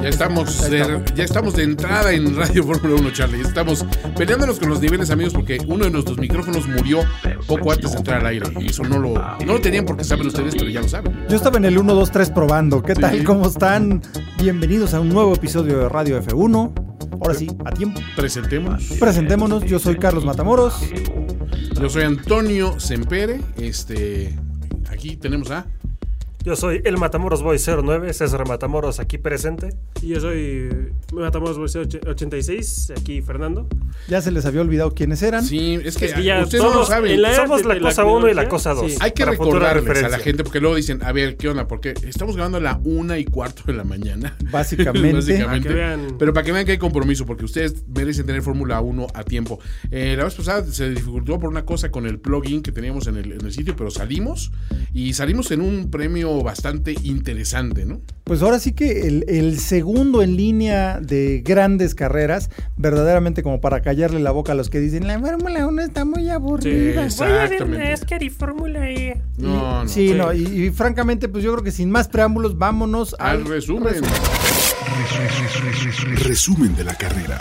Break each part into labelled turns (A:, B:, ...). A: Ya estamos, de, ya estamos de entrada en Radio Fórmula 1, Charlie. Estamos peleándonos con los niveles, amigos, porque uno de nuestros micrófonos murió poco antes de entrar al aire. Y eso no lo, no lo tenían porque saben ustedes, pero ya lo saben.
B: Yo estaba en el 1, 2, 3 probando. ¿Qué
A: Sí.
B: tal? ¿Cómo están? Bienvenidos a un nuevo episodio de Radio F1. Ahora sí, a tiempo.
A: Presentemos.
B: Presentémonos, yo soy Carlos Matamoros.
A: Yo soy Antonio Sempere. Este, aquí tenemos a.
C: Yo soy el Matamoros Boy 09, César Matamoros aquí presente.
D: Y yo soy Matamoros Bolseo 86, aquí Fernando.
B: Ya se les había olvidado quiénes eran.
A: Sí, es que
D: Es que ya
A: ustedes no lo
D: todos
A: saben.
D: en La era
C: Somos
D: de-
C: la
D: de la
C: cosa 1 y la
D: tecnología,
C: cosa 2.
D: sí.
A: Hay que
C: para futura
A: recordarles a la
C: referencia.
A: gente, porque luego dicen, a ver, ¿qué onda? Porque estamos grabando a la una y cuarto de la mañana.
B: Básicamente.
D: Para que vean.
A: Pero para que vean que hay compromiso, porque ustedes merecen tener Fórmula 1 a tiempo. Eh, la vez pasada se dificultó por una cosa con el plugin que teníamos en el, en el sitio, pero salimos y salimos en un premio bastante interesante, ¿no?
B: Pues ahora sí que el, el segundo en línea de grandes carreras, verdaderamente como para callarle la boca a los que dicen la Fórmula 1 está muy aburrida.
A: Sí, Exactamente.
C: NASCAR y Fórmula E.
A: No, no.
B: Sí,
D: Sí.
B: no, y, y francamente, pues yo creo que sin más preámbulos, vámonos
A: Al resumen.
E: Resumen de la carrera.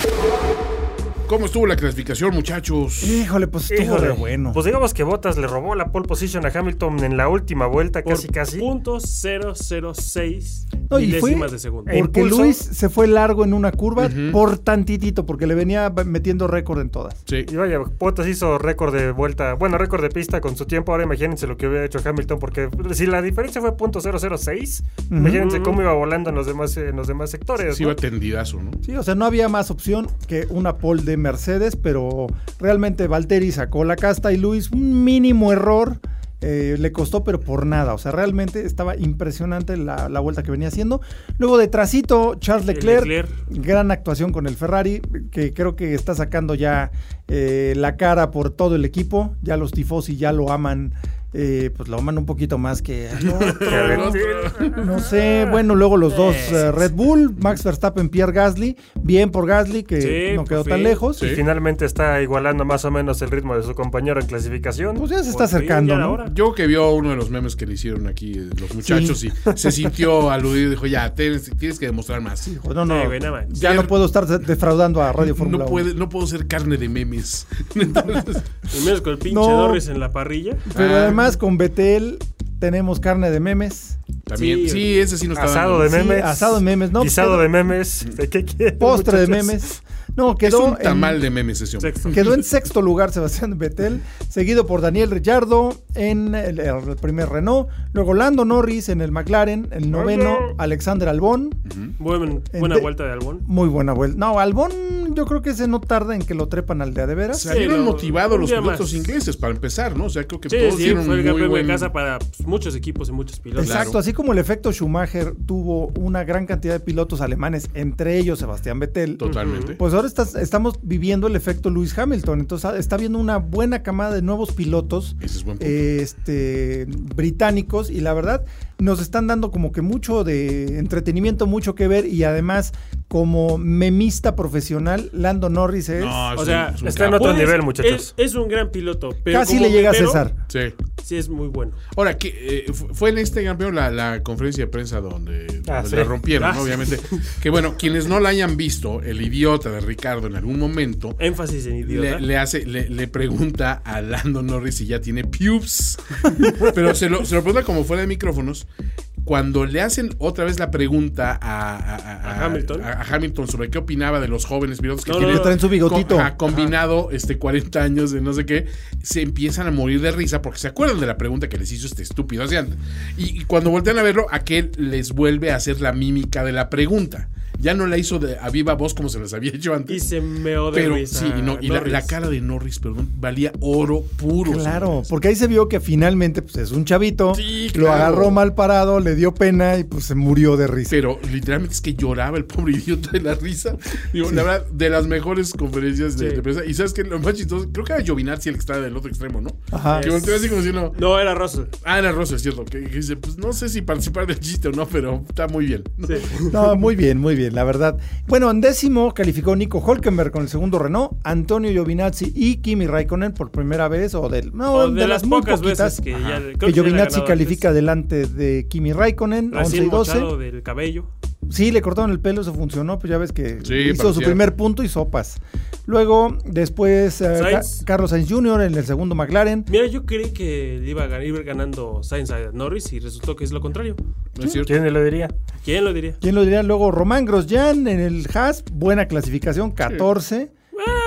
A: ¿Cómo estuvo la clasificación, muchachos?
B: Híjole, pues estuvo
C: Híjole,
B: re bueno.
C: Pues digamos que Bottas le robó la pole position a Hamilton en la última vuelta, casi casi.
D: Punto 006
B: No, y fue-
D: milésimas de segundo.
C: e Eh,
B: Porque
C: impulso.
B: Luis se fue largo en una curva por tantitito, porque le venía metiendo récord en todas.
A: Sí.
C: Y vaya, Bottas hizo récord de vuelta, bueno, récord de pista con su tiempo. Ahora imagínense lo que hubiera hecho Hamilton, porque si la diferencia fue .006, imagínense cómo iba volando en los demás, en los demás sectores.
A: Sí,
C: ¿no?
A: iba tendidazo, ¿no?
B: Sí, o sea, no había más opción que una pole de Mercedes, pero realmente Valtteri sacó la casta y Luis, un mínimo error. eh, le costó, pero por nada. O sea, realmente estaba impresionante la, la vuelta que venía haciendo. Luego, detrásito, Charles
D: El
B: Leclerc,
D: Leclerc.
B: Gran actuación con el Ferrari, que creo que está sacando ya eh, la cara por todo el equipo. Ya los tifosi ya lo aman, eh, pues lo aman un poquito más que al otro.
C: Que de-
B: No sé, bueno, luego los dos eh, Red Bull, Max Verstappen, Pierre Gasly. Bien por Gasly, que
D: Sí,
B: no
D: por
B: quedó tan
D: fin.
B: lejos.
A: Sí.
C: Y finalmente está igualando más o menos el ritmo de su compañero en clasificación.
B: Pues ya se está
D: Por fin,
B: acercando.
D: ya era
B: ¿no?
D: hora.
A: Yo que vio uno de los memes que le hicieron aquí eh, los muchachos y se sintió aludido, dijo, ya, tienes, tienes que demostrar más.
B: Dijo, no, no,
D: Sí, güey, nada más.
B: ya no puedo estar de- defraudando a Radio Fórmula
A: no,
B: 1.
A: puede, no puedo ser carne de memes. Entonces,
D: Y menos con el pinche
B: No.
D: Norris en la parrilla.
B: Pero
A: Ah.
B: además con Betel tenemos carne de memes,
A: también. Sí,
D: Sí.
A: ese sí nos está
C: Asado
A: dando.
C: de
B: Sí,
C: memes.
B: asado de memes, ¿no?
C: Guisado
B: Pero-
C: de memes. ¿De qué quieren,
B: postre de
C: muchachos?
B: memes. No,
A: Es
B: quedó
A: un tamal
B: en,
A: de memes ese hombre.
D: Sexto.
B: Quedó en sexto lugar Sebastián Vettel, seguido por Daniel Ricciardo en el, el primer Renault, luego Lando Norris en el McLaren, el noveno Alexander Albón.
D: Buen-
B: En
D: buena
B: de-
D: vuelta de Albón.
B: Muy buena vuelta. No, Albón, yo creo que ese no tarda en que lo trepan al día de veras.
A: Salieron
D: Sí, no,
A: motivados
D: un
A: los
D: día
A: pilotos
D: más.
A: ingleses para empezar, ¿no? O sea, creo que
D: Sí,
A: todos
D: sí,
A: dieron
D: fue el
A: muy
D: campeón
A: buen-
D: de casa para pues, muchos equipos y muchos pilotos.
B: Exacto, así como el efecto Schumacher tuvo una gran cantidad de pilotos alemanes, entre ellos Sebastián Vettel.
A: Totalmente.
B: Pues ahora estás- estamos viviendo el efecto Lewis Hamilton. Entonces ah, está viendo una buena camada de nuevos pilotos
A: Ese es buen punto.
B: este, británicos y la verdad nos están dando como que mucho de entretenimiento, mucho que ver y además como memista profesional, Lando Norris es...
A: No, es
D: O
A: un-
D: sea,
A: es un
C: está en
A: capo.
C: otro
D: Puedes-
B: Pues,
C: nivel, muchachos.
D: Es, es un gran piloto. Pero
B: Casi
D: como
B: le llega a
D: bombero,
B: César.
A: Sí.
D: Sí, es muy bueno.
A: Ahora, que eh, fu- fue en este campeón la, la conferencia de prensa donde,
C: Ah,
A: donde
C: sí.
A: la rompieron,
D: Ah,
A: ¿no?
D: sí.
A: obviamente. Que bueno, quienes no la hayan visto, el idiota de Ricardo en algún momento
D: Énfasis en idiota.
A: le, le hace, le, le pregunta a Lando Norris si ya tiene pubes. Pero se lo, se lo pregunta como fuera de micrófonos. Cuando le hacen otra vez la pregunta a, a- a-
D: A Hamilton.
A: a- a Hamilton sobre qué opinaba de los jóvenes pilotos que
D: No, no,
A: tienen
D: no. Que
B: traen su bigotito.
A: co- ajá, combinado este 40 años de no sé qué, se empiezan a morir de risa porque se acuerdan de la pregunta que les hizo este estúpido. hacia antes. y, y cuando voltean a verlo, aquel les vuelve a hacer la mímica de la pregunta. ya no la hizo de, a viva voz como se las había hecho antes.
D: Y se meó de
A: Pero
D: risa
A: sí, y, no, y la,
D: Norris.
A: la cara de Norris, perdón, valía oro puro.
B: Claro,
A: señores.
B: porque ahí se vio que finalmente pues, es un chavito,
A: Sí,
B: lo
A: claro.
B: agarró mal parado, le dio pena y pues se murió de risa.
A: Pero literalmente es que lloraba el pobre idiota de la risa. Digo, la verdad, de las mejores conferencias de,
D: Sí.
A: de prensa. Y sabes que lo más chistoso, creo que era Giovinazzi el que estaba del otro extremo, ¿no?
B: Ajá.
A: Que volteó así como si no.
D: No, era Russell.
A: Ah, era Rosa, es cierto. Que, que dice, pues no sé si participar del chiste o no, pero está muy bien.
D: Sí.
B: No, muy bien, muy bien, la verdad. Bueno, en décimo calificó Nico Holkenberg con el segundo Renault, Antonio Giovinazzi y Kimi Raikkonen por primera vez, o de, no,
D: O
B: de las, muy
D: pocas
B: poquitas
D: veces que ya.
A: Ajá.
D: creo
B: que
D: ya la
B: Giovinazzi
D: ganaba
B: califica
D: antes.
B: delante de Kimi Raikkonen, 11
D: Recién
B: y 12.
D: mochado del cabello.
B: Sí, le cortaron el pelo, se funcionó, pues ya ves que
A: Sí,
B: hizo su
A: parecía.
B: primer punto y sopas. Luego, después, eh,
D: Sainz.
B: Ca- Carlos Sainz Jr. en el segundo McLaren.
D: Mira, yo creí que le iba a ganar, iba ganando Sainz a Norris y resultó que es lo contrario.
A: ¿No es cierto?
C: ¿Quién lo diría?
D: ¿Quién lo diría?
B: ¿Quién lo diría? Luego, Román Grosjean en el Haas, buena clasificación, 14.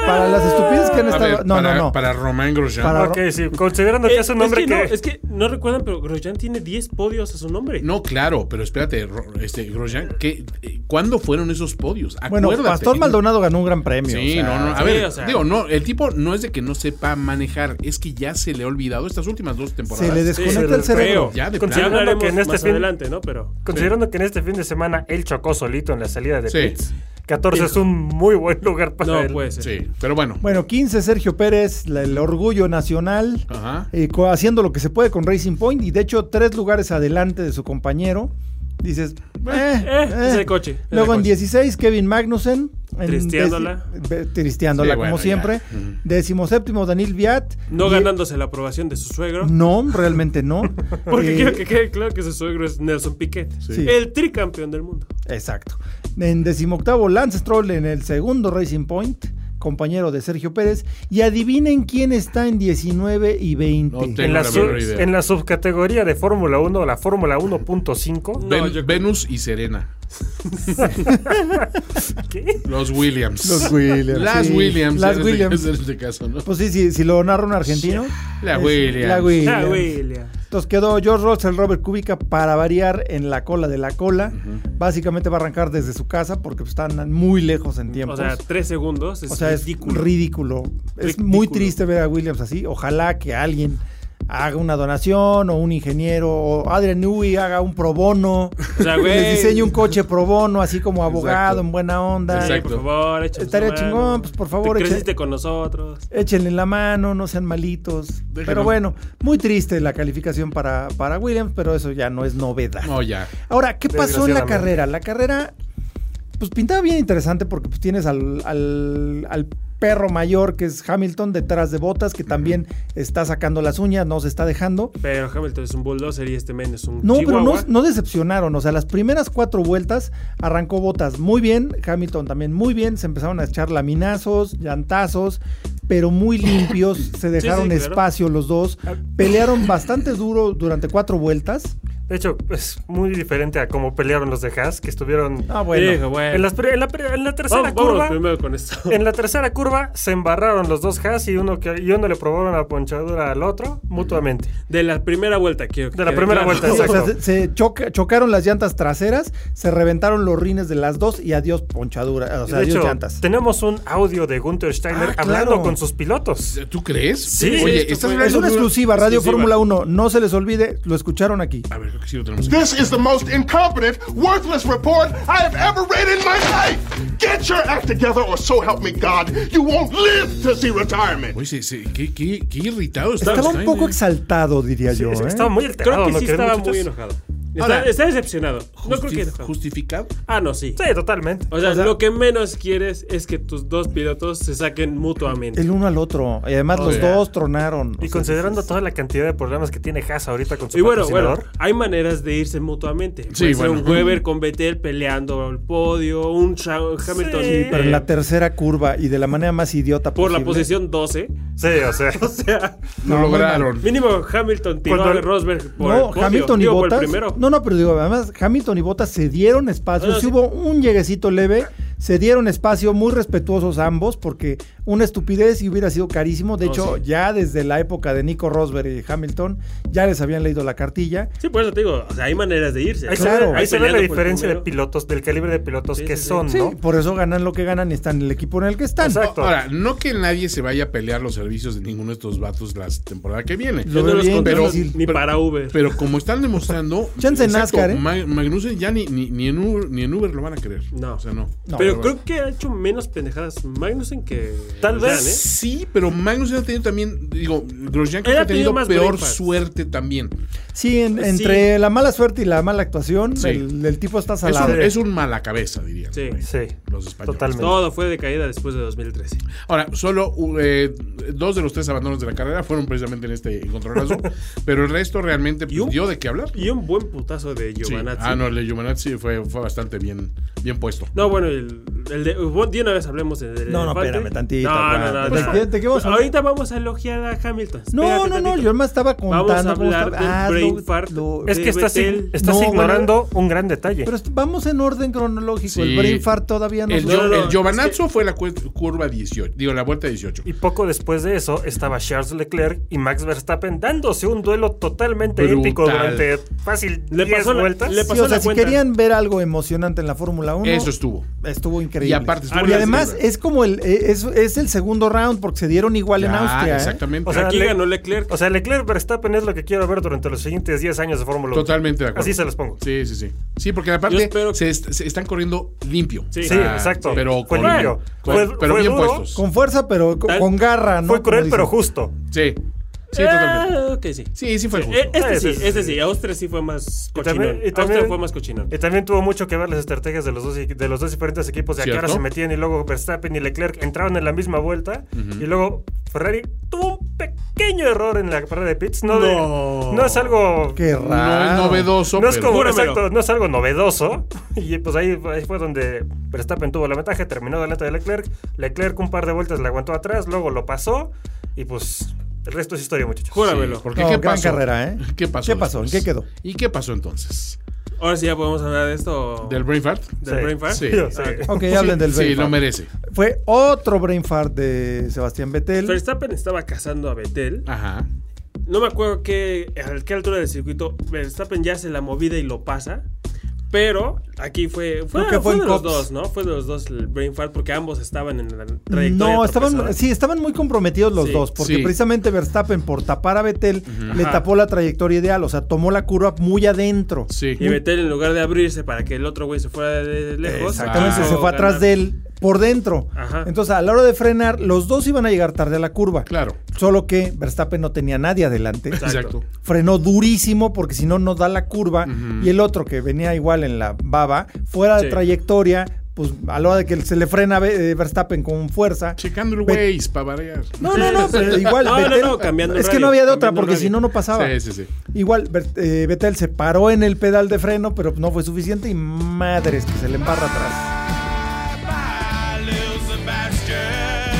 B: Para las estupideces que han
A: A
B: estado.
A: ver,
B: no,
A: para,
B: no, no.
A: para Román Grosjean.
B: Para-
C: Ok, sí, considerando que
D: Eh,
C: es un hombre
D: que,
C: que...
D: No, es que no recuerdan, pero Grosjean tiene 10 podios a su nombre.
A: No, claro, pero espérate, Ro- este, Grosjean, ¿qué, eh, ¿cuándo fueron esos podios?
B: bueno,
A: Acuérdate.
B: Pastor Maldonado ganó un gran premio. o
A: Sí,
B: sea,
A: no, no. A
D: sí,
A: ver,
D: o sea.
A: digo, no, el tipo no es de que no sepa manejar, es que ya se le ha olvidado estas últimas dos temporadas.
B: Se le
D: Sí,
B: desconecta
C: se
B: el
C: le
B: cerebro.
D: creo.
A: este Ya de
D: Ya
C: Considerando
D: hablaremos
C: que en este
D: más
C: fin-
D: adelante, ¿no? Pero.
C: Considerando que en este fin de semana él chocó solito en la salida de
A: Sí.
C: pits, 14 es un muy buen lugar para
D: No pues,
C: él.
D: puede ser.
A: Sí, pero bueno.
B: Bueno, 15, Sergio Pérez, la- el orgullo nacional.
A: Ajá.
B: eh, co- haciendo lo que se puede con Racing Point y de hecho tres lugares adelante de su compañero. Dices, eh,
D: Eh,
B: eh.
D: es el coche. es el
B: Luego en
D: coche.
B: 16, Kevin Magnussen. En
D: Tristeándola.
B: deci- ve- Tristeándola,
A: Sí, bueno,
B: como
A: ya.
B: siempre.
A: Ujú.
B: Décimo séptimo, Daniel Viat.
D: No
B: Y-
D: ganándose la aprobación de su suegro.
B: No, realmente no.
D: Porque
B: Eh,
D: quiero que quede claro que su suegro es Nelson Piquet.
B: Sí.
D: El tricampeón del mundo.
B: Exacto. En decimoctavo, Lance Stroll en el segundo Racing Point, compañero de Sergio Pérez. Y adivinen quién está en 19 y 20.
A: No tengo
C: En la,
A: la
C: sub-
A: menor idea.
C: en la subcategoría de Fórmula 1, la Fórmula 1.5,
A: Ven-
D: No, yo-
A: Venus y Serena.
C: ¿qué?
A: Los Williams.
B: Los Williams,
A: Las
B: sí.
A: Williams.
B: Las
A: en este-
B: Williams.
A: en este caso, ¿no?
B: Pues sí, sí, si lo narra un argentino.
A: La
B: es-
A: Williams.
B: La Williams.
D: Ah, William.
B: Entonces quedó George Russell, Robert Kubica para variar en la cola de la cola. Básicamente va a arrancar desde su casa porque pues, están muy lejos en
D: O
B: tiempos.
D: sea, tres segundos. Es
B: O sea, es ridículo.
D: ridículo.
B: Es
D: Ridículo.
B: muy triste ver a Williams así. Ojalá que alguien haga una donación o un ingeniero o Adrian Newey haga un pro bono.
D: O sea, güey.
B: Les diseñe un coche pro bono, así como abogado,
A: Exacto.
B: en buena onda.
D: Sí,
A: Exacto.
D: por favor, échanos
B: Estaría
D: la mano.
B: chingón, pues por favor,
D: Te
B: echen-
D: creciste con nosotros.
B: échenle la mano, no sean malitos. Pero bueno, muy triste la calificación para, para Williams, pero eso ya no es novedad.
A: No, ya.
B: Ahora, ¿qué pasó en la
C: Desgraciadamente.
B: carrera? La carrera, pues pintaba bien interesante porque pues, tienes al, al- al perro mayor que es Hamilton detrás de Botas, que también está sacando las uñas, no se está dejando.
D: Pero Hamilton es un bulldozer y este men es un
B: No, pero no,
D: chihuahua.
B: no decepcionaron. O sea, las primeras cuatro vueltas arrancó Botas muy bien, Hamilton también muy bien. Se empezaron a echar laminazos, llantazos, pero muy limpios. se dejaron
D: claro.
B: espacio los dos.
C: Ah.
B: Pelearon bastante duro durante cuatro vueltas.
C: De hecho, es muy diferente a cómo pelearon los de Haas, que estuvieron...
B: Ah, bueno.
D: Dijo, bueno.
C: En, las pri- en la, pri- en la tercera
D: Vamos, vámonos
C: curva...
D: primero con esto.
C: En la tercera curva se embarraron los dos Haas y uno, que, y uno le probaron la ponchadura al otro mutuamente.
D: De la primera vuelta, quiero que
C: De la
D: quede
C: primera
D: claro.
C: vuelta,
B: Sí, o sea, se,
C: exacto.
B: se choca- chocaron las llantas traseras, se reventaron los rines de las dos y adiós ponchadura, o sea,
C: de
B: adiós
C: hecho,
B: llantas.
C: tenemos un audio de Gunther Steiner
B: Ah,
C: hablando
B: claro.
C: con sus pilotos.
A: ¿Tú crees?
C: Sí,
A: Oye,
D: esto
A: estás
D: fue-
A: hablando
B: Es una
A: de
B: exclusiva, Radio
D: exclusiva.
B: Fórmula 1, no se les olvide, lo escucharon aquí.
A: A ver, creo que sí lo tenemos. aquí.
F: This is the most incompetent, worthless report I have ever read in my life. Get your act together, or so help me God, you won't live to see retirement.
A: Oye, sí, sí, qué, qué- qué irritado está.
B: Estaba un
A: Steiner.
B: poco exaltado, diría yo.
C: es que
B: ¿eh?
C: estaba muy alterado.
D: Creo que
C: ¿no
D: sí
C: creen,
D: estaba
C: muchachos?
D: muy enojado. Está,
A: Ahora,
D: está decepcionado. No creo
A: Justi-
D: que enojado.
A: justificado.
D: Ah, no, sí.
C: Sí, totalmente.
D: O sea, lo que menos quieres es que tus dos pilotos se saquen mutuamente.
B: El uno al otro. Y además los
A: yeah.
B: dos tronaron.
C: Y
B: O sea,
C: considerando toda la cantidad de problemas que tiene Haas ahorita con su
D: Y bueno, bueno,
C: patrocinador,
D: hay maneras de irse mutuamente. Puede
A: Sí,
D: ser
A: bueno.
D: un Weber con Vettel peleando al podio, un Sha- Hamilton
C: Sí,
D: eh,
B: pero en la tercera curva y de la manera más idiota
D: por la
B: posible.
D: posición 12.
C: Sí, o sea,
D: O sea,
A: Lo
B: No, muy
A: lograron.
D: mínimo Hamilton tiró
C: Cuando-
D: a Rosberg por el
B: No,
D: podio,
B: Hamilton y
D: digo, por el
B: Botas.
D: primero.
B: No, no, pero digo, además Hamilton y Botas se dieron espacio.
D: No, no,
B: si
D: sí.
B: hubo un lleguecito leve Se dieron espacio muy respetuosos ambos porque una estupidez y hubiera sido carísimo. De
D: No,
B: hecho,
D: sí.
B: ya desde la época de Nico Rosberg y Hamilton ya les habían leído la cartilla.
G: Sí, por eso te digo, o sea, hay maneras de irse.
C: Ahí, se,
B: Claro.
C: ve, ahí se ve la
G: Peleando por el
C: diferencia de
G: número.
C: pilotos, del calibre de pilotos
G: Sí,
C: que
G: sí, sí.
C: son,
B: Sí,
C: ¿no?
B: por eso ganan lo que ganan y están en el equipo en el que están.
C: Exacto.
A: Ahora, no que nadie se vaya a pelear los servicios de ninguno de estos vatos la temporada que viene.
B: Lo
D: Yo no
B: veo
D: los
B: bien
D: contrato
A: difícil.
D: ni
A: Pero-
D: para Uber.
A: Pero como están demostrando,
B: Chance en
A: exacto,
B: NASCAR, ¿eh?
A: Ma- Magnussen ya ni, ni, ni en Uber, ni en Uber lo van a querer.
D: No.
A: O sea, no.
B: No.
D: pero creo que ha hecho menos pendejadas Magnussen que.
C: Tal
D: Grosjean,
C: vez.
D: ¿eh?
A: Sí, pero Magnussen ha tenido también, digo, Grosjean creo
D: Él
A: que ha
D: ha tenido
A: tenido
D: más
A: peor
D: breakfast.
A: suerte también.
B: Sí, en-
D: Sí.
B: entre la mala suerte y la mala actuación,
A: Sí.
B: el, el tipo está
A: Es
B: salado.
A: un, es un mala cabeza, diría.
D: Sí.
C: Sí.
A: Los españoles.
C: Totalmente.
D: Todo fue de caída después de 2013.
A: Ahora, solo u- eh, dos de los tres abandonos de la carrera fueron precisamente en este encontronazo, pero el resto realmente pues,
D: Y un-
A: dio de qué hablar.
D: Y un buen putazo de
A: Sí.
D: Giovanazzi.
A: Ah, no, el de Giovanazzi fue, fue bastante bien, bien puesto.
D: No, bueno, el, el de, bueno, de una vez hablemos del del
B: No, no,
D: elefante.
B: espérame tantito,
D: No, no,
B: Juan.
D: no,
B: ¿De
D: no.
B: qué- de qué vamos a hablar?
D: Ahorita vamos a elogiar a Hamilton.
B: no,
D: Espérate
B: no, no,
D: tantito.
B: yo me estaba contando.
D: Vamos a
B: cómo
D: hablar
B: estaba-
D: del
B: Ah,
D: brain
B: lo-
D: fart.
B: lo-
C: Es
D: de
C: que estás,
D: Vettel.
C: ig- estás
B: No,
C: ignorando un gran detalle.
B: Pero est- vamos en orden cronológico.
A: Sí.
B: El brain fart todavía no
A: El,
B: se-
D: no,
A: Gio-
D: no,
A: el
D: es que-
A: Giovanazzo fue la cu- curva 18, digo, la vuelta 18.
C: Y poco después de eso estaba Charles Leclerc y Max Verstappen dándose un duelo totalmente
A: Brutal.
C: épico durante fácil
D: Le
C: 10
D: pasó la-
C: vueltas.
D: le
B: Sí,
D: pasó
B: o sea,
D: la
B: si
D: cuenta.
B: querían ver algo emocionante en la Fórmula 1,
A: Eso estuvo.
B: estuvo increíble.
A: Y aparte estuvo
B: Y
A: la
B: además
A: celebra-
B: es como el eh, es, es el segundo round porque se dieron igual en
A: Ya,
B: Austria. ¿eh?
A: Exactamente.
C: O sea,
D: Aquí
C: Le-
D: ganó Leclerc.
C: O sea, Leclerc Verstappen es lo que quiero ver durante los siguientes 10 años de Fórmula 1.
A: Totalmente de acuerdo.
C: Así se los pongo.
A: Sí, sí, sí. Sí, porque aparte
D: Yo espero-
A: se, est- se están corriendo limpio.
C: Sí,
D: Sí. Ah,
A: O sea,
C: exacto.
A: Pero,
C: fue
A: con-
C: limpio.
A: con-
C: Fue-
A: pero
C: fue
A: bien
C: duro,
A: puestos.
B: Con fuerza, pero co- con,
D: Tal-
B: garra, ¿no?
C: Fue cruel,
B: Como
C: pero
B: dicen.
C: justo.
A: Sí. Sí, totalmente.
D: Ah, ok, sí.
A: Sí, sí fue justo.
D: Eh, Este sí,
C: Sí, sí, sí.
D: este sí. Austria sí fue más
C: Y también-
D: cochinón.
C: y también-
D: Austria fue más cochinón.
C: Y también tuvo mucho que ver las estrategias de los dos, de los dos diferentes equipos. De a qué
A: ¿Cierto?
C: hora se metían y luego Verstappen y Leclerc entraron en la misma vuelta. Y luego Ferrari tuvo un pequeño error en la parada de pits. No, de-
A: No.
C: no es algo.
B: Qué
A: no es
B: raro.
A: novedoso.
C: No es,
A: pero-
C: como,
D: Júramelo.
C: exacto, no es algo novedoso. Y pues ahí, ahí fue donde Verstappen tuvo la ventaja, terminó delante de Leclerc. Leclerc un par de vueltas le aguantó atrás, luego lo pasó. Y pues el resto es historia, muchachos.
D: Júramelo.
A: Porque
B: No,
A: ¿qué
B: gran
A: pasó?
B: carrera, ¿eh?
A: ¿Qué pasó?
B: ¿Qué pasó?
A: después?
B: ¿Qué quedó?
A: ¿Y qué pasó entonces?
D: Ahora sí ya podemos hablar de esto.
A: ¿Del brain fart?
D: del
C: Sí.
D: brain fart.
A: Sí.
C: Sí, sí.
D: Ah, ok.
B: Ok, hablen del brain
A: Sí, lo
B: fart.
A: merece.
B: Fue otro brain fart de Sebastián Vettel.
D: Verstappen estaba cazando a Vettel.
A: Ajá.
D: No me acuerdo qué, a qué altura del circuito. Verstappen ya hace la movida y lo pasa. Pero aquí fue. Fue,
B: Creo que
D: fue
B: fue en
D: de
B: Cops.
D: los dos, ¿no? Fue de los dos el brain fart porque ambos estaban en la trayectoria.
B: No, estaban,
D: tropezada.
B: sí, estaban muy comprometidos los
D: Sí,
B: dos, porque
A: sí.
B: precisamente Verstappen por tapar a Vettel le
D: Ajá.
B: tapó la trayectoria ideal, o sea, tomó la curva muy adentro.
A: Sí.
D: Y Vettel, en lugar de abrirse para que el otro güey se fuera de lejos. ah,
B: Exactamente,
D: quiso
B: se fue atrás
D: ganar.
B: de él por dentro.
D: Ajá.
B: Entonces, a la hora de frenar, los dos iban a llegar tarde a la curva.
A: Claro.
B: Solo que Verstappen no tenía nadie adelante.
A: Exacto.
B: Frenó durísimo porque si no, no da la curva. Y el otro que venía igual en la baba, fuera de
D: Sí.
B: trayectoria, pues a la hora de que se le frena a Ve- eh, Verstappen con fuerza,
A: Checando el Waze para variar.
B: No, no, no, pero igual.
D: No, no,
B: Vettel-
D: no, cambiando el
B: Es que
D: radio,
B: no había de otra,
D: cambiando el
B: porque
D: radio.
B: si no, no pasaba.
A: Sí, sí, sí.
B: Igual, Bert- eh, Vettel se paró en el pedal de freno, pero no fue suficiente y madres que se le embarra atrás.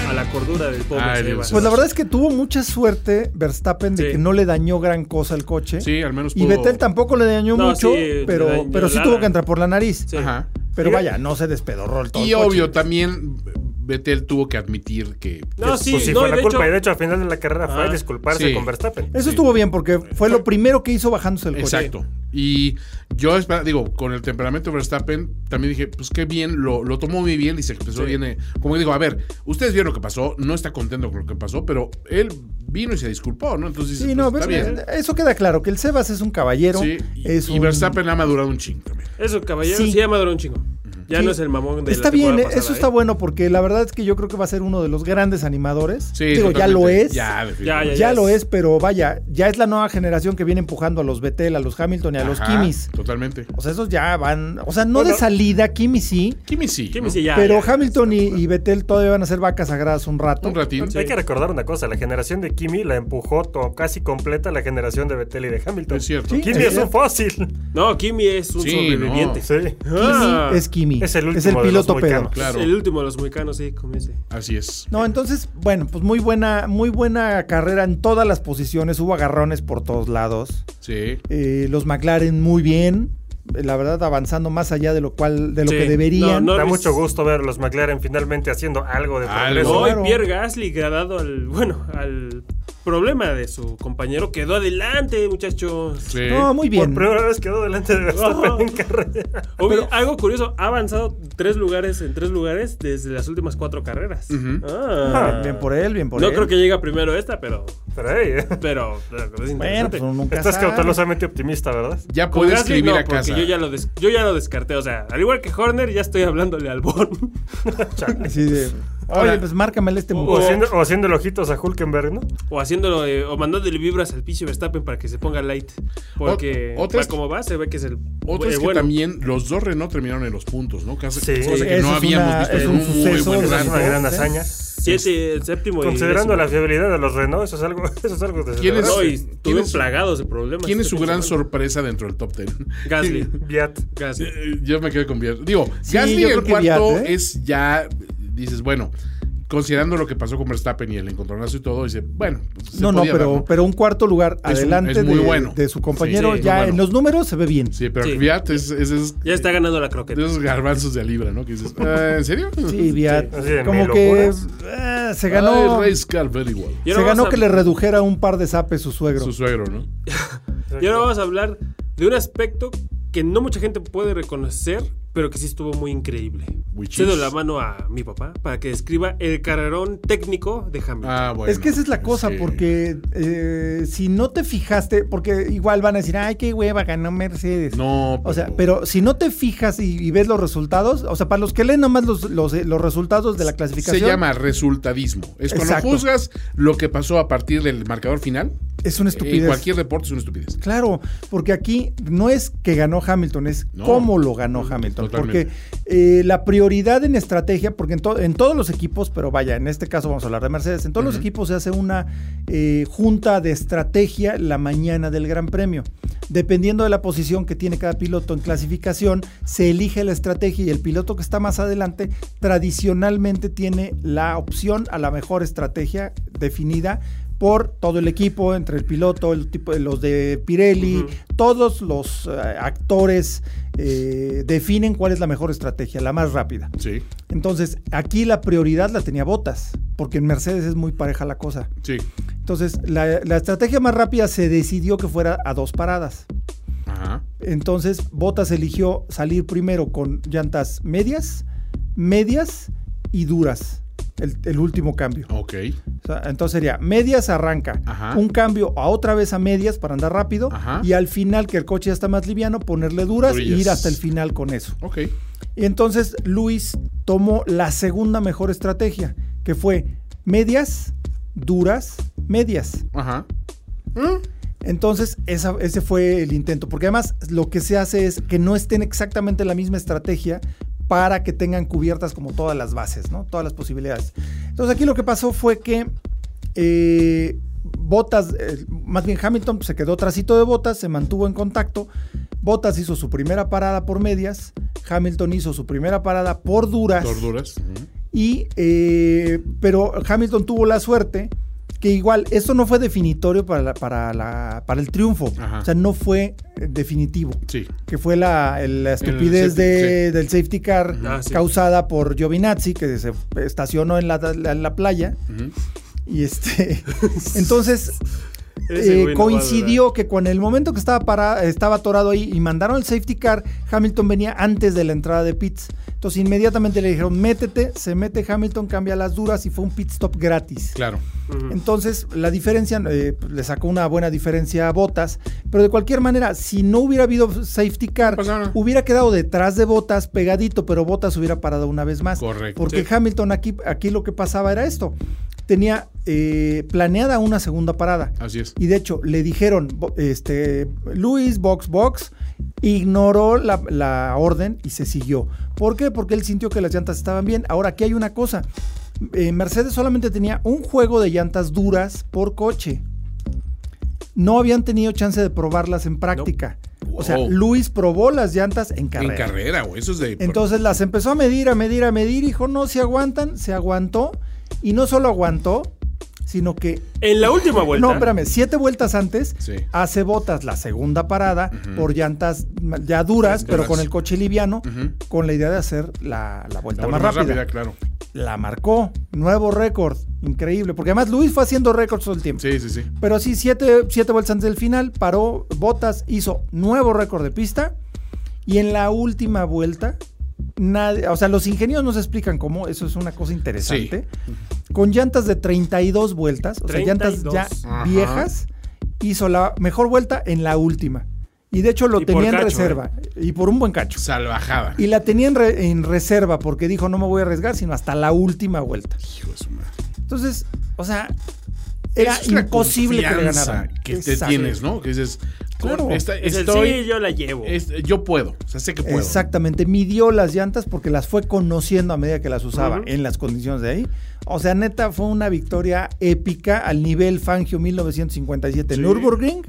D: A la cordura del pobre
A: Ay,
D: Seba.
A: Dios.
B: Pues la verdad es que tuvo mucha suerte Verstappen de
D: Sí.
B: que no le dañó gran cosa al coche.
A: Sí, al menos
B: Y
A: pudo-
B: Vettel tampoco le dañó
D: No,
B: mucho,
D: sí, le
B: pero,
D: dañó
B: pero sí
D: lana.
B: tuvo que entrar por la nariz.
D: Sí.
A: Ajá.
B: Pero
D: Fíjate-
B: vaya, no se despedorró el todo. el
A: Y
B: coche.
A: obvio, también Betel tuvo que admitir que.
D: No, sí,
C: Pues sí,
D: no,
C: fue
D: y
C: la
D: de
C: culpa.
D: hecho-
C: y de hecho, al final de la carrera fue
D: Ah,
C: disculparse
A: sí.
C: con Verstappen.
B: Eso estuvo bien porque fue lo primero que hizo bajándose el coche.
A: Exacto. Y yo, espera- digo, con el temperamento de Verstappen, también dije, pues qué bien, lo, lo tomó muy bien y se expresó bien. eh, Como digo, a ver, ustedes vieron lo que pasó, no está contento con lo que pasó, pero él vino y se disculpó, ¿no? Entonces,
B: Sí,
A: pues,
B: no,
A: está
B: pero
A: bien.
B: eso queda claro, que el Sebas es un caballero.
A: Sí, y,
B: es
A: y
B: un-
A: Verstappen ha madurado un chingo también.
D: Eso, caballero,
B: Sí.
D: sí, ya maduró un chingo. Ya
B: Sí.
D: no es el mamón de
B: Está
D: la
B: bien,
D: temporada
B: eh,
D: pasada,
B: eso está
D: ¿eh?
B: bueno porque la verdad es que yo creo que va a ser uno de los grandes animadores.
A: Sí,
B: Digo, ya
A: totalmente.
B: lo es. Ya,
A: Ya,
D: ¿eh? Ya,
A: definitivamente.
B: lo es, pero vaya, ya es la nueva generación que viene empujando a los Betel, a los Hamilton y a los
A: Ajá,
B: Kimis.
A: Totalmente.
B: O sea, esos ya van, o sea, no
C: Bueno.
B: de salida, Kimi sí,
A: Kimi sí.
D: ¿Qué me
A: ¿no?
D: dice ya?
B: pero
D: ya.
B: Hamilton y, y Betel todavía van a ser vacas sagradas un rato.
A: Un ratín.
C: Hay que recordar una cosa, la generación de Kimi la empujó to- casi completa la generación de Vettel y de Hamilton.
A: Es cierto.
B: Sí,
C: Kimi
B: es
C: es un
B: cierto.
C: fósil.
D: No, Kimi es un
A: Sí,
D: sobreviviente.
A: no.
C: Sí.
D: Ah,
B: Kimi es Kimi.
C: Es el último de los
B: piloto pedo.
C: moicanos.
A: Claro.
D: El último de los mexicanos, sí, como dice.
A: Así es.
B: No, entonces, bueno, pues muy buena, muy buena carrera en todas las posiciones, hubo agarrones por todos lados.
A: Sí.
B: Eh, los McLaren muy bien. la verdad, avanzando más allá de lo cual, de lo
D: Sí.
B: que deberían.
D: No,
C: Da
D: es-
C: mucho gusto ver a los McLaren finalmente haciendo algo de
A: Algo.
C: progreso.
D: Hoy
B: Claro.
D: Pierre Gasly, dado al, bueno, al problema de su compañero, quedó adelante, muchachos.
A: Sí.
B: No, muy bien.
C: Por primera vez quedó delante de Verstappen
D: Oh.
C: en carrera.
D: Oye, algo curioso, ha avanzado tres lugares en tres lugares desde las últimas cuatro carreras. Ah.
B: Bien, bien por él, bien por
D: no
B: él.
D: creo que llegue primero esta, pero.
C: Pero hey, eh,
D: Pero. pero es
B: Bueno,
D: interesante.
B: pues uno nunca
C: estás
B: sabe.
C: cautelosamente optimista, ¿verdad?
A: Ya
D: Con
A: puedes
D: Gasly
A: escribir
D: no,
A: a
D: porque
A: casa.
D: Yo ya, lo des- yo ya lo descarté. O sea, al igual que Horner, ya estoy hablándole al Bon.
B: Así de, Oye, pues márcamele este
C: O
B: mujer.
C: haciendo, o haciendo ojitos a Hulkenberg, ¿no?
D: o haciéndolo, eh, o mandándole vibras al pinche Verstappen para que se ponga light. Porque
A: Ot- otra
D: va
A: es-
D: como va, se ve que es el.
A: Otro es
D: el
A: que
D: bueno.
A: también los dos Renault terminaron en los puntos, ¿no? Casi,
C: Sí.
A: cosa que
B: Eso
A: no
B: es
A: habíamos
B: una-
A: visto
B: es
A: en
B: un
A: un muy
B: suceso
A: buen
B: de-
C: Esa es
A: rango.
C: una gran
B: ¿eh?
C: hazaña.
D: Siete, el séptimo y
C: Considerando
D: décimo.
C: la fiabilidad de los Renault, eso es algo, eso es algo de
A: ¿Quién es-
D: No, y
A: ¿Quién
D: estuvieron
A: es-
D: plagados de problemas.
A: ¿Quién es su
D: Este
A: gran
D: fin de
A: sorpresa dentro del top 10?
D: semana. Gasly.
C: Viat.
D: Gasly.
A: Eh, Yo me quedé con Viat. Digo,
B: Sí,
A: Gasly
B: yo
A: el
B: creo que
A: cuarto
B: Viat, ¿eh?
A: es ya, dices, bueno, considerando lo que pasó con Verstappen y el encontronazo y todo, dice, bueno, pues, se
B: No, no,
A: podía
B: pero,
A: dar, ¿no?
B: pero un cuarto lugar
A: un-
B: adelante
A: es muy
B: de,
A: bueno.
B: de su compañero,
A: Sí, sí,
B: ya
A: muy bueno.
B: en los números se ve bien.
A: Sí, pero
D: Sí.
A: Viat es, es- es-
D: Ya está ganando la
A: de
D: croqueta.
A: esos garbanzos de a libra, ¿no? Que dices, "Ah, ¿en serio?
B: Sí, Viat.
C: así de
B: como
C: mil
B: que
C: locuras.
B: eh, se
A: Ganó.
B: ganó,
A: Ray Scar, very well.
B: se
D: Y ahora
B: ganó
D: vamos a-
B: que le redujera un par de zapes su suegro.
A: Su suegro, ¿no?
D: Y ahora vamos a hablar de un aspecto que no mucha gente puede reconocer, pero que sí estuvo muy increíble.
A: Which
D: Cedo
A: is-
D: la mano a mi papá para que describa el carrerón técnico de Hamilton.
A: Ah, bueno.
B: es que esa es la cosa,
A: que-
B: porque eh, si no te fijaste, porque igual van a decir, ay, qué hueva, ganó Mercedes.
A: No,
B: O sea, pero si no te fijas y, y ves los resultados, o sea, para los que leen nomás los, los, eh, los resultados de la
A: Se
B: clasificación,
A: llama resultadismo. Es cuando
B: Exacto.
A: juzgas lo que pasó a partir del marcador final.
B: es una
A: En
B: estupidez.
A: cualquier deporte es una estupidez.
B: Claro, porque aquí no es que ganó Hamilton, es
A: No.
B: cómo lo ganó Hamilton.
A: Totalmente.
B: Porque eh, la prioridad en estrategia, porque en, to- en todos los equipos, pero vaya, en este caso vamos a hablar de Mercedes, en todos los equipos se hace una eh, junta de estrategia la mañana del Gran Premio. Dependiendo de la posición que tiene cada piloto en clasificación, se elige la estrategia y el piloto que está más adelante tradicionalmente tiene la opción a la mejor estrategia definida por todo el equipo, entre el piloto, el tipo, los de Pirelli, todos los eh, actores eh, definen cuál es la mejor estrategia, la más rápida.
A: Sí,
B: Entonces, aquí la prioridad la tenía Botas, porque en Mercedes es muy pareja la cosa.
A: sí.
B: Entonces, la, la estrategia más rápida se decidió que fuera a dos paradas.
A: Ajá.
B: Entonces, Botas eligió salir primero con llantas medias, medias y duras. El, el último cambio.
A: Ok.
B: O sea, entonces sería medias arranca,
A: Ajá.
B: un cambio a otra vez a medias para andar rápido
A: Ajá.
B: y al final que el coche ya está más liviano ponerle duras y ir
A: Durillas.
B: hasta el final con eso.
A: Ok.
B: Y entonces Luis tomó la segunda mejor estrategia, que fue medias, duras, medias.
A: Ajá.
B: Entonces esa- ese fue el intento, porque además lo que se hace es que no estén exactamente la misma estrategia para que tengan cubiertas como todas las bases, ¿no? Todas las posibilidades. Entonces aquí lo que pasó fue que eh, Botas, eh, más bien Hamilton se quedó trasito de Botas, se mantuvo en contacto. Botas hizo su primera parada por medias, Hamilton hizo su primera parada por duras.
A: Torduras. mm. Ujú.
B: Y, eh, pero Hamilton tuvo la suerte que igual, esto no fue definitorio para, la- para, la- para el triunfo.
A: Ajá.
B: O sea, no fue eh, definitivo.
A: Sí.
B: Que fue la, el- la estupidez
A: safety-
B: de- del safety car
D: Ah, sí.
B: causada por Giovinazzi, que se estacionó en la, la- en la playa.
A: Ujú.
B: Y este. entonces.
D: Ese
B: eh,
D: güey no va a
B: coincidió que con el momento que estaba para, estaba atorado ahí y mandaron el safety car, Hamilton venía antes de la entrada de pits. Entonces inmediatamente le dijeron, métete, se mete Hamilton, cambia las duras y fue un pit stop gratis.
A: Claro.
B: Entonces, la diferencia, eh, pues, le sacó una buena diferencia a Botas, pero de cualquier manera, si no hubiera habido safety car,
A: No pasaba nada.
B: hubiera quedado detrás de Botas, pegadito, pero Botas hubiera parado una vez más.
A: Correcto.
B: Porque
A: Sí.
B: Hamilton aquí, aquí lo que pasaba era esto. Tenía eh, planeada una segunda parada.
A: Así es.
B: Y de hecho, le dijeron, bo- este, Luis, box, box, ignoró la, la orden y se siguió. ¿Por qué? Porque él sintió que las llantas estaban bien. Ahora, aquí hay una cosa. Eh, Mercedes solamente tenía un juego de llantas duras por coche. No habían tenido chance de probarlas en práctica. O sea,
A: Wow.
B: Luis probó las llantas en
A: En carrera, güey. Eso es de.
B: entonces las empezó a medir, a medir, a medir. y Dijo, no, se aguantan, se aguantó. Y no solo aguantó, sino que
D: En la última vuelta.
B: no, espérame, siete vueltas antes
A: Sí.
B: hace botas la segunda parada por llantas ya duras,
A: Llantas
B: pero
A: duras.
B: con el coche liviano,
A: Ujú.
B: con la idea de hacer la, la vuelta
A: La
B: más,
A: vuelta más
B: rápida.
A: rápida, claro.
B: La marcó, nuevo récord, increíble, porque además Luis fue haciendo récords todo el tiempo.
A: Sí, sí, sí.
B: Pero sí, siete, siete vueltas antes del final, paró Botas, hizo nuevo récord de pista. Y en la última vuelta, nadie, o sea, los ingenieros nos explican cómo, eso es una cosa interesante. Con llantas de 32 vueltas, o sea,
D: 32.
B: llantas ya
A: Ajá.
B: viejas, hizo la mejor vuelta en la última. Y de hecho lo
D: Y por
B: tenía en
D: cacho, ¿eh?
B: reserva, y por un buen cacho.
A: Salvajada.
B: Y la tenía en, re- en reserva porque dijo, no me voy a arriesgar, sino hasta la última vuelta.
A: Hijo de su madre.
B: Entonces, o sea, era
A: Esa es la
B: imposible que le
A: confianza
B: ganara.
A: que te
B: Exacto.
A: tienes, ¿no? Que dices,
B: Claro.
A: con esta-
D: Es el,
A: estoy,
D: sí, yo la llevo.
A: es- yo puedo, o sea, sé que puedo.
B: Exactamente, midió las llantas porque las fue conociendo a medida que las usaba
D: Ujú.
B: en las condiciones de ahí. O sea, neta, fue una victoria épica al nivel Fangio 1957 en Nürburgring.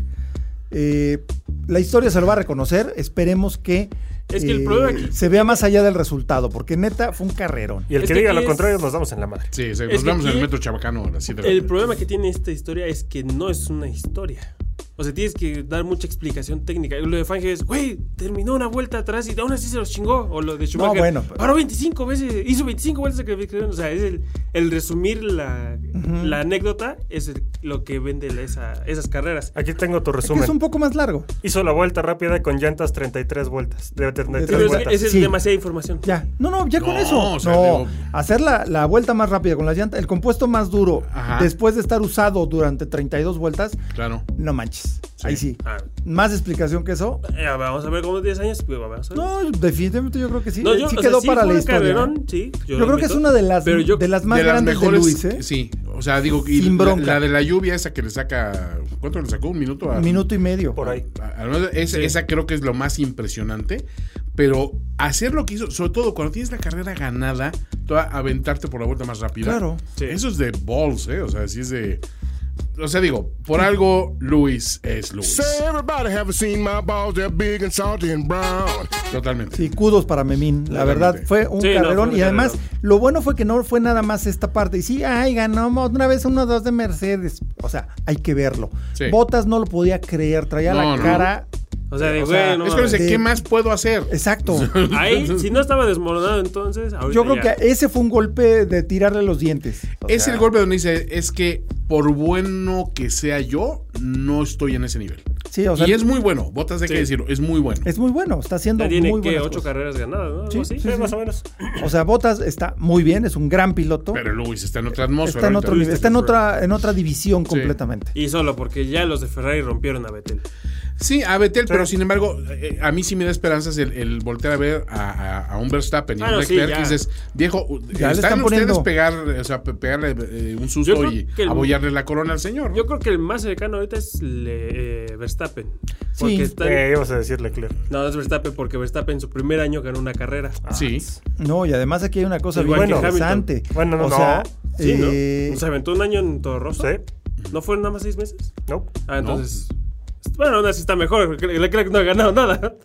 B: Eh, la historia se lo va a reconocer. Esperemos que, eh,
D: Es que el problema aquí-
B: se vea más allá del resultado, porque neta fue un carrerón.
C: Y el
D: Es
C: que
D: que
C: diga
D: aquí
C: lo
D: es-
C: contrario, nos damos en la madre.
A: Sí, sí,
D: Es
A: nos
D: que
A: vemos en el
D: aquí-
A: metro chabacano a las siete de la
D: El
A: tarde.
D: problema que tiene esta historia es que no es una historia. O sea, tienes que dar mucha explicación técnica. Lo de Fangio es, güey, terminó una vuelta atrás y aún así se los chingó. O lo de Schumacher.
B: bueno, pero-
D: Paró 25 veces, hizo 25 vueltas de calificación. O sea, es el, el resumir la, la anécdota es el- lo que vende la- esa- esas carreras.
C: Aquí tengo tu
B: Es que
C: resumen.
B: es un poco más largo.
C: Hizo la vuelta rápida con llantas 33 vueltas. De 33
B: Pero
D: Pero es,
C: vueltas.
D: es- es
B: Sí.
D: demasiada información.
B: Ya, no, no, ya con
A: No,
B: eso.
A: o sea,
B: no,
A: digo-
B: hacer la, la vuelta más rápida con las llantas, el compuesto más duro,
A: Ajá.
B: después de estar usado durante 32 vueltas,
A: Claro.
B: no manches. Ahí sí.
D: Ah,
B: Más explicación que eso.
D: eh, vamos a ver cómo 10 años. pues, vamos a ver.
B: No, definitivamente yo creo que sí.
D: No, yo-
B: sí
D: o sea,
B: quedó
D: sí
B: para
D: fue
B: la
D: un
B: historia. ¿eh?
D: carrerón, sí,
B: yo
D: lo
B: creo que es
D: admito.
B: una de las,
D: Pero yo-
B: de las más
A: de las
B: grandes
A: mejores,
B: de Luis, ¿eh?
A: Sí, o sea, digo, y
B: Sin
A: la-
B: bronca.
A: La, de la lluvia, esa que le saca, ¿cuánto le sacó? ¿Un minuto? a-
B: Minuto y medio.
C: Por ahí.
A: a- a- no, es- Esa creo que es lo más impresionante, pero hacer lo que hizo, sobre todo cuando tienes la carrera ganada, toda, aventarte por la vuelta más rápida.
B: Claro.
D: Sí.
A: Eso es de balls, ¿eh? O sea, sí es de... O sea, digo, por algo Luis es Luis.
F: Say everybody haven't seen my balls, they're big and salty and brown.
A: Totalmente.
B: Sí, kudos para Memín. La verdad,
A: Totalmente.
B: fue un
D: Sí, no,
B: carrerón.
D: fue un
B: y además,
D: carrerón.
B: lo bueno fue que no fue nada más esta parte. Y sí, ay, ganamos una vez uno dos de Mercedes. O sea, hay que verlo.
A: Sí.
B: Botas no lo podía creer. Traía
A: No,
B: la
A: no.
B: cara.
D: O sea, de
B: O sea,
D: güey, no
A: es que
D: mames.
A: dice,
B: de-
A: ¿qué más puedo hacer?
B: Exacto.
D: Ahí, si no estaba desmoronado entonces, ahorita
B: Yo creo
D: ya.
B: que ese fue un golpe de tirarle los dientes. O
A: es
B: sea,
A: el golpe donde dice, es que por bueno que sea yo, no estoy en ese nivel.
B: Sí, o sea,
A: y es muy bueno, botas de que
D: Sí.
A: decirlo, es muy bueno.
B: es muy bueno. Está haciendo
D: Ya
B: muy
D: tiene que
B: buenas
D: ocho
B: cosas.
D: carreras ganadas, ¿no? Algo
B: Sí,
D: así.
B: sí, sí.
C: más o menos.
B: O sea, Botas está muy bien, es un gran piloto.
A: Pero Luis está en otra atmósfera.
B: está en,
A: ahorita.
B: otro nivel, está en otra, en otra división
A: Sí.
B: completamente.
D: Y solo porque ya los de Ferrari rompieron a Betel.
A: Sí, a Betel, pero sin embargo, eh, a mí sí me da esperanzas el, el voltear a ver a, a- a un Verstappen y a
D: Ah,
A: un
D: no, sí,
A: Leclerc.
D: ya.
A: y dices, viejo,
B: Ya le
A: están,
B: están
A: ustedes
B: poniendo-
A: pegar, o sea, pe- pegarle eh, un
D: Yo
A: susto
D: creo
A: y
D: que el-
A: abollarle la corona al señor. ¿no?
D: Yo creo que el más cercano ahorita es le- eh, Verstappen. Porque
B: Sí.
D: está-
C: Eh, ibas a decirle, Claire.
D: No, es Verstappen porque Verstappen en su primer año ganó una carrera.
B: Ah.
A: sí.
B: No, y además aquí hay una cosa
D: Igual
B: bien
C: que
B: interesante.
C: Hamilton. Bueno, no,
B: o sea,
C: no.
D: Sí, ¿no?
B: eh,
D: ¿Se aventó un año en Toro Rosso?
C: Sí.
D: ¿No fueron nada más seis meses?
C: No.
D: Ah, entonces... Bueno, aún así está mejor. porque Leclerc no ha ganado nada.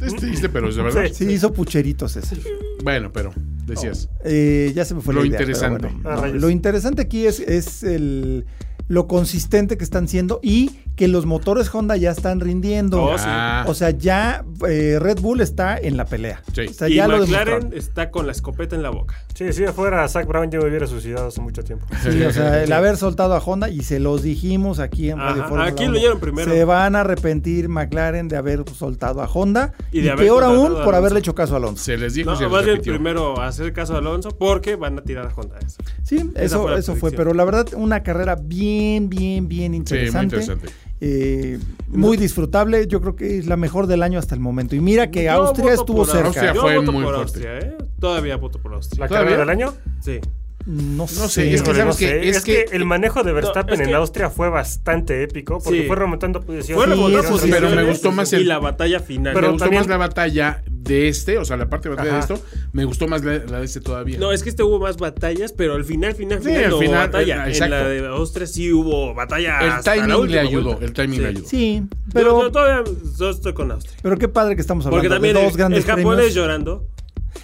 A: Es triste, pero es de verdad.
C: Sí.
B: sí, hizo pucheritos ese.
A: Bueno, pero decías.
B: Eh, ya se me fue
A: Lo
B: la idea, pero
A: interesante.
B: bueno,
C: Ah,
B: no,
C: rayos.
B: lo interesante aquí es, es el, lo consistente que están siendo y que los motores Honda ya están rindiendo.
D: Oh, sí.
A: Ah,
B: O sea, ya eh, Red Bull está en la pelea.
A: Sí.
B: O sea,
D: y
B: ya lo
D: McLaren
B: demostraron.
D: está con la escopeta en la boca.
C: Sí, si fuera Zach Brown, yo me hubiera suicidado hace mucho tiempo.
B: Sí, o sea, el haber soltado a Honda y se los dijimos aquí en Radio
D: Ajá,
B: Fórmula
D: aquí
B: 1.
D: lo oyeron primero.
B: Se van a arrepentir McLaren de haber soltado a Honda
D: Y
B: y,
D: de haber
B: peor aún
D: contratado a
B: por haberle
D: Alonso.
B: hecho caso a Alonso.
A: se les dijo y
D: No,
A: se les
D: más bien
A: repitió.
D: primero hacer caso a Alonso porque van a tirar a Honda. eso.
B: Sí,
D: Esa
B: eso
D: fue la
B: eso fue,
D: predicción.
B: pero la verdad una carrera bien bien bien
A: Sí, muy
B: interesante.
A: interesante.
B: Eh, muy disfrutable, yo creo que es la mejor del año hasta el momento. Y mira que
D: Yo
B: Austria
D: voto
B: estuvo
D: por
B: cerca.
A: Austria.
D: Yo
A: fue
D: voto
A: muy
D: por
A: fuerte.
D: Austria, ¿eh? Todavía voto por Austria.
C: ¿La
A: ¿Todavía?
C: carrera del año?
D: Sí.
B: No, sé.
A: No sé, es que
C: Híjole,
A: sabes
C: no sé.
A: que es que
C: el manejo de Verstappen
D: es que-
C: en Austria fue bastante épico porque
D: Sí.
C: fue remontando pues, posiciones.
D: Fue remontando
B: eso sí,
D: posiciones
A: pero me gustó más el-
D: Y la batalla final.
A: me
C: Pero
A: gustó
C: también-
A: más la batalla de este, o sea, la parte de batalla
C: Ajá.
A: de esto, me gustó más la, la de este todavía.
D: no, es que este hubo más batallas, pero al final, final,
A: Sí,
D: final,
A: al
D: no hubo
A: final,
D: batalla.
A: eh,
D: en la
A: exacto.
D: de Austria sí hubo batalla.
A: El
D: hasta la
A: timing le
D: última
A: ayudó,
D: vuelta.
A: el timing
D: Sí.
A: le ayudó.
B: Sí,
D: Pero
B: pero
D: yo, todavía yo estoy con Austria.
B: pero qué padre que estamos hablando
D: Porque también
B: de
D: el,
B: dos grandes
D: el japonés
B: premios.
D: llorando.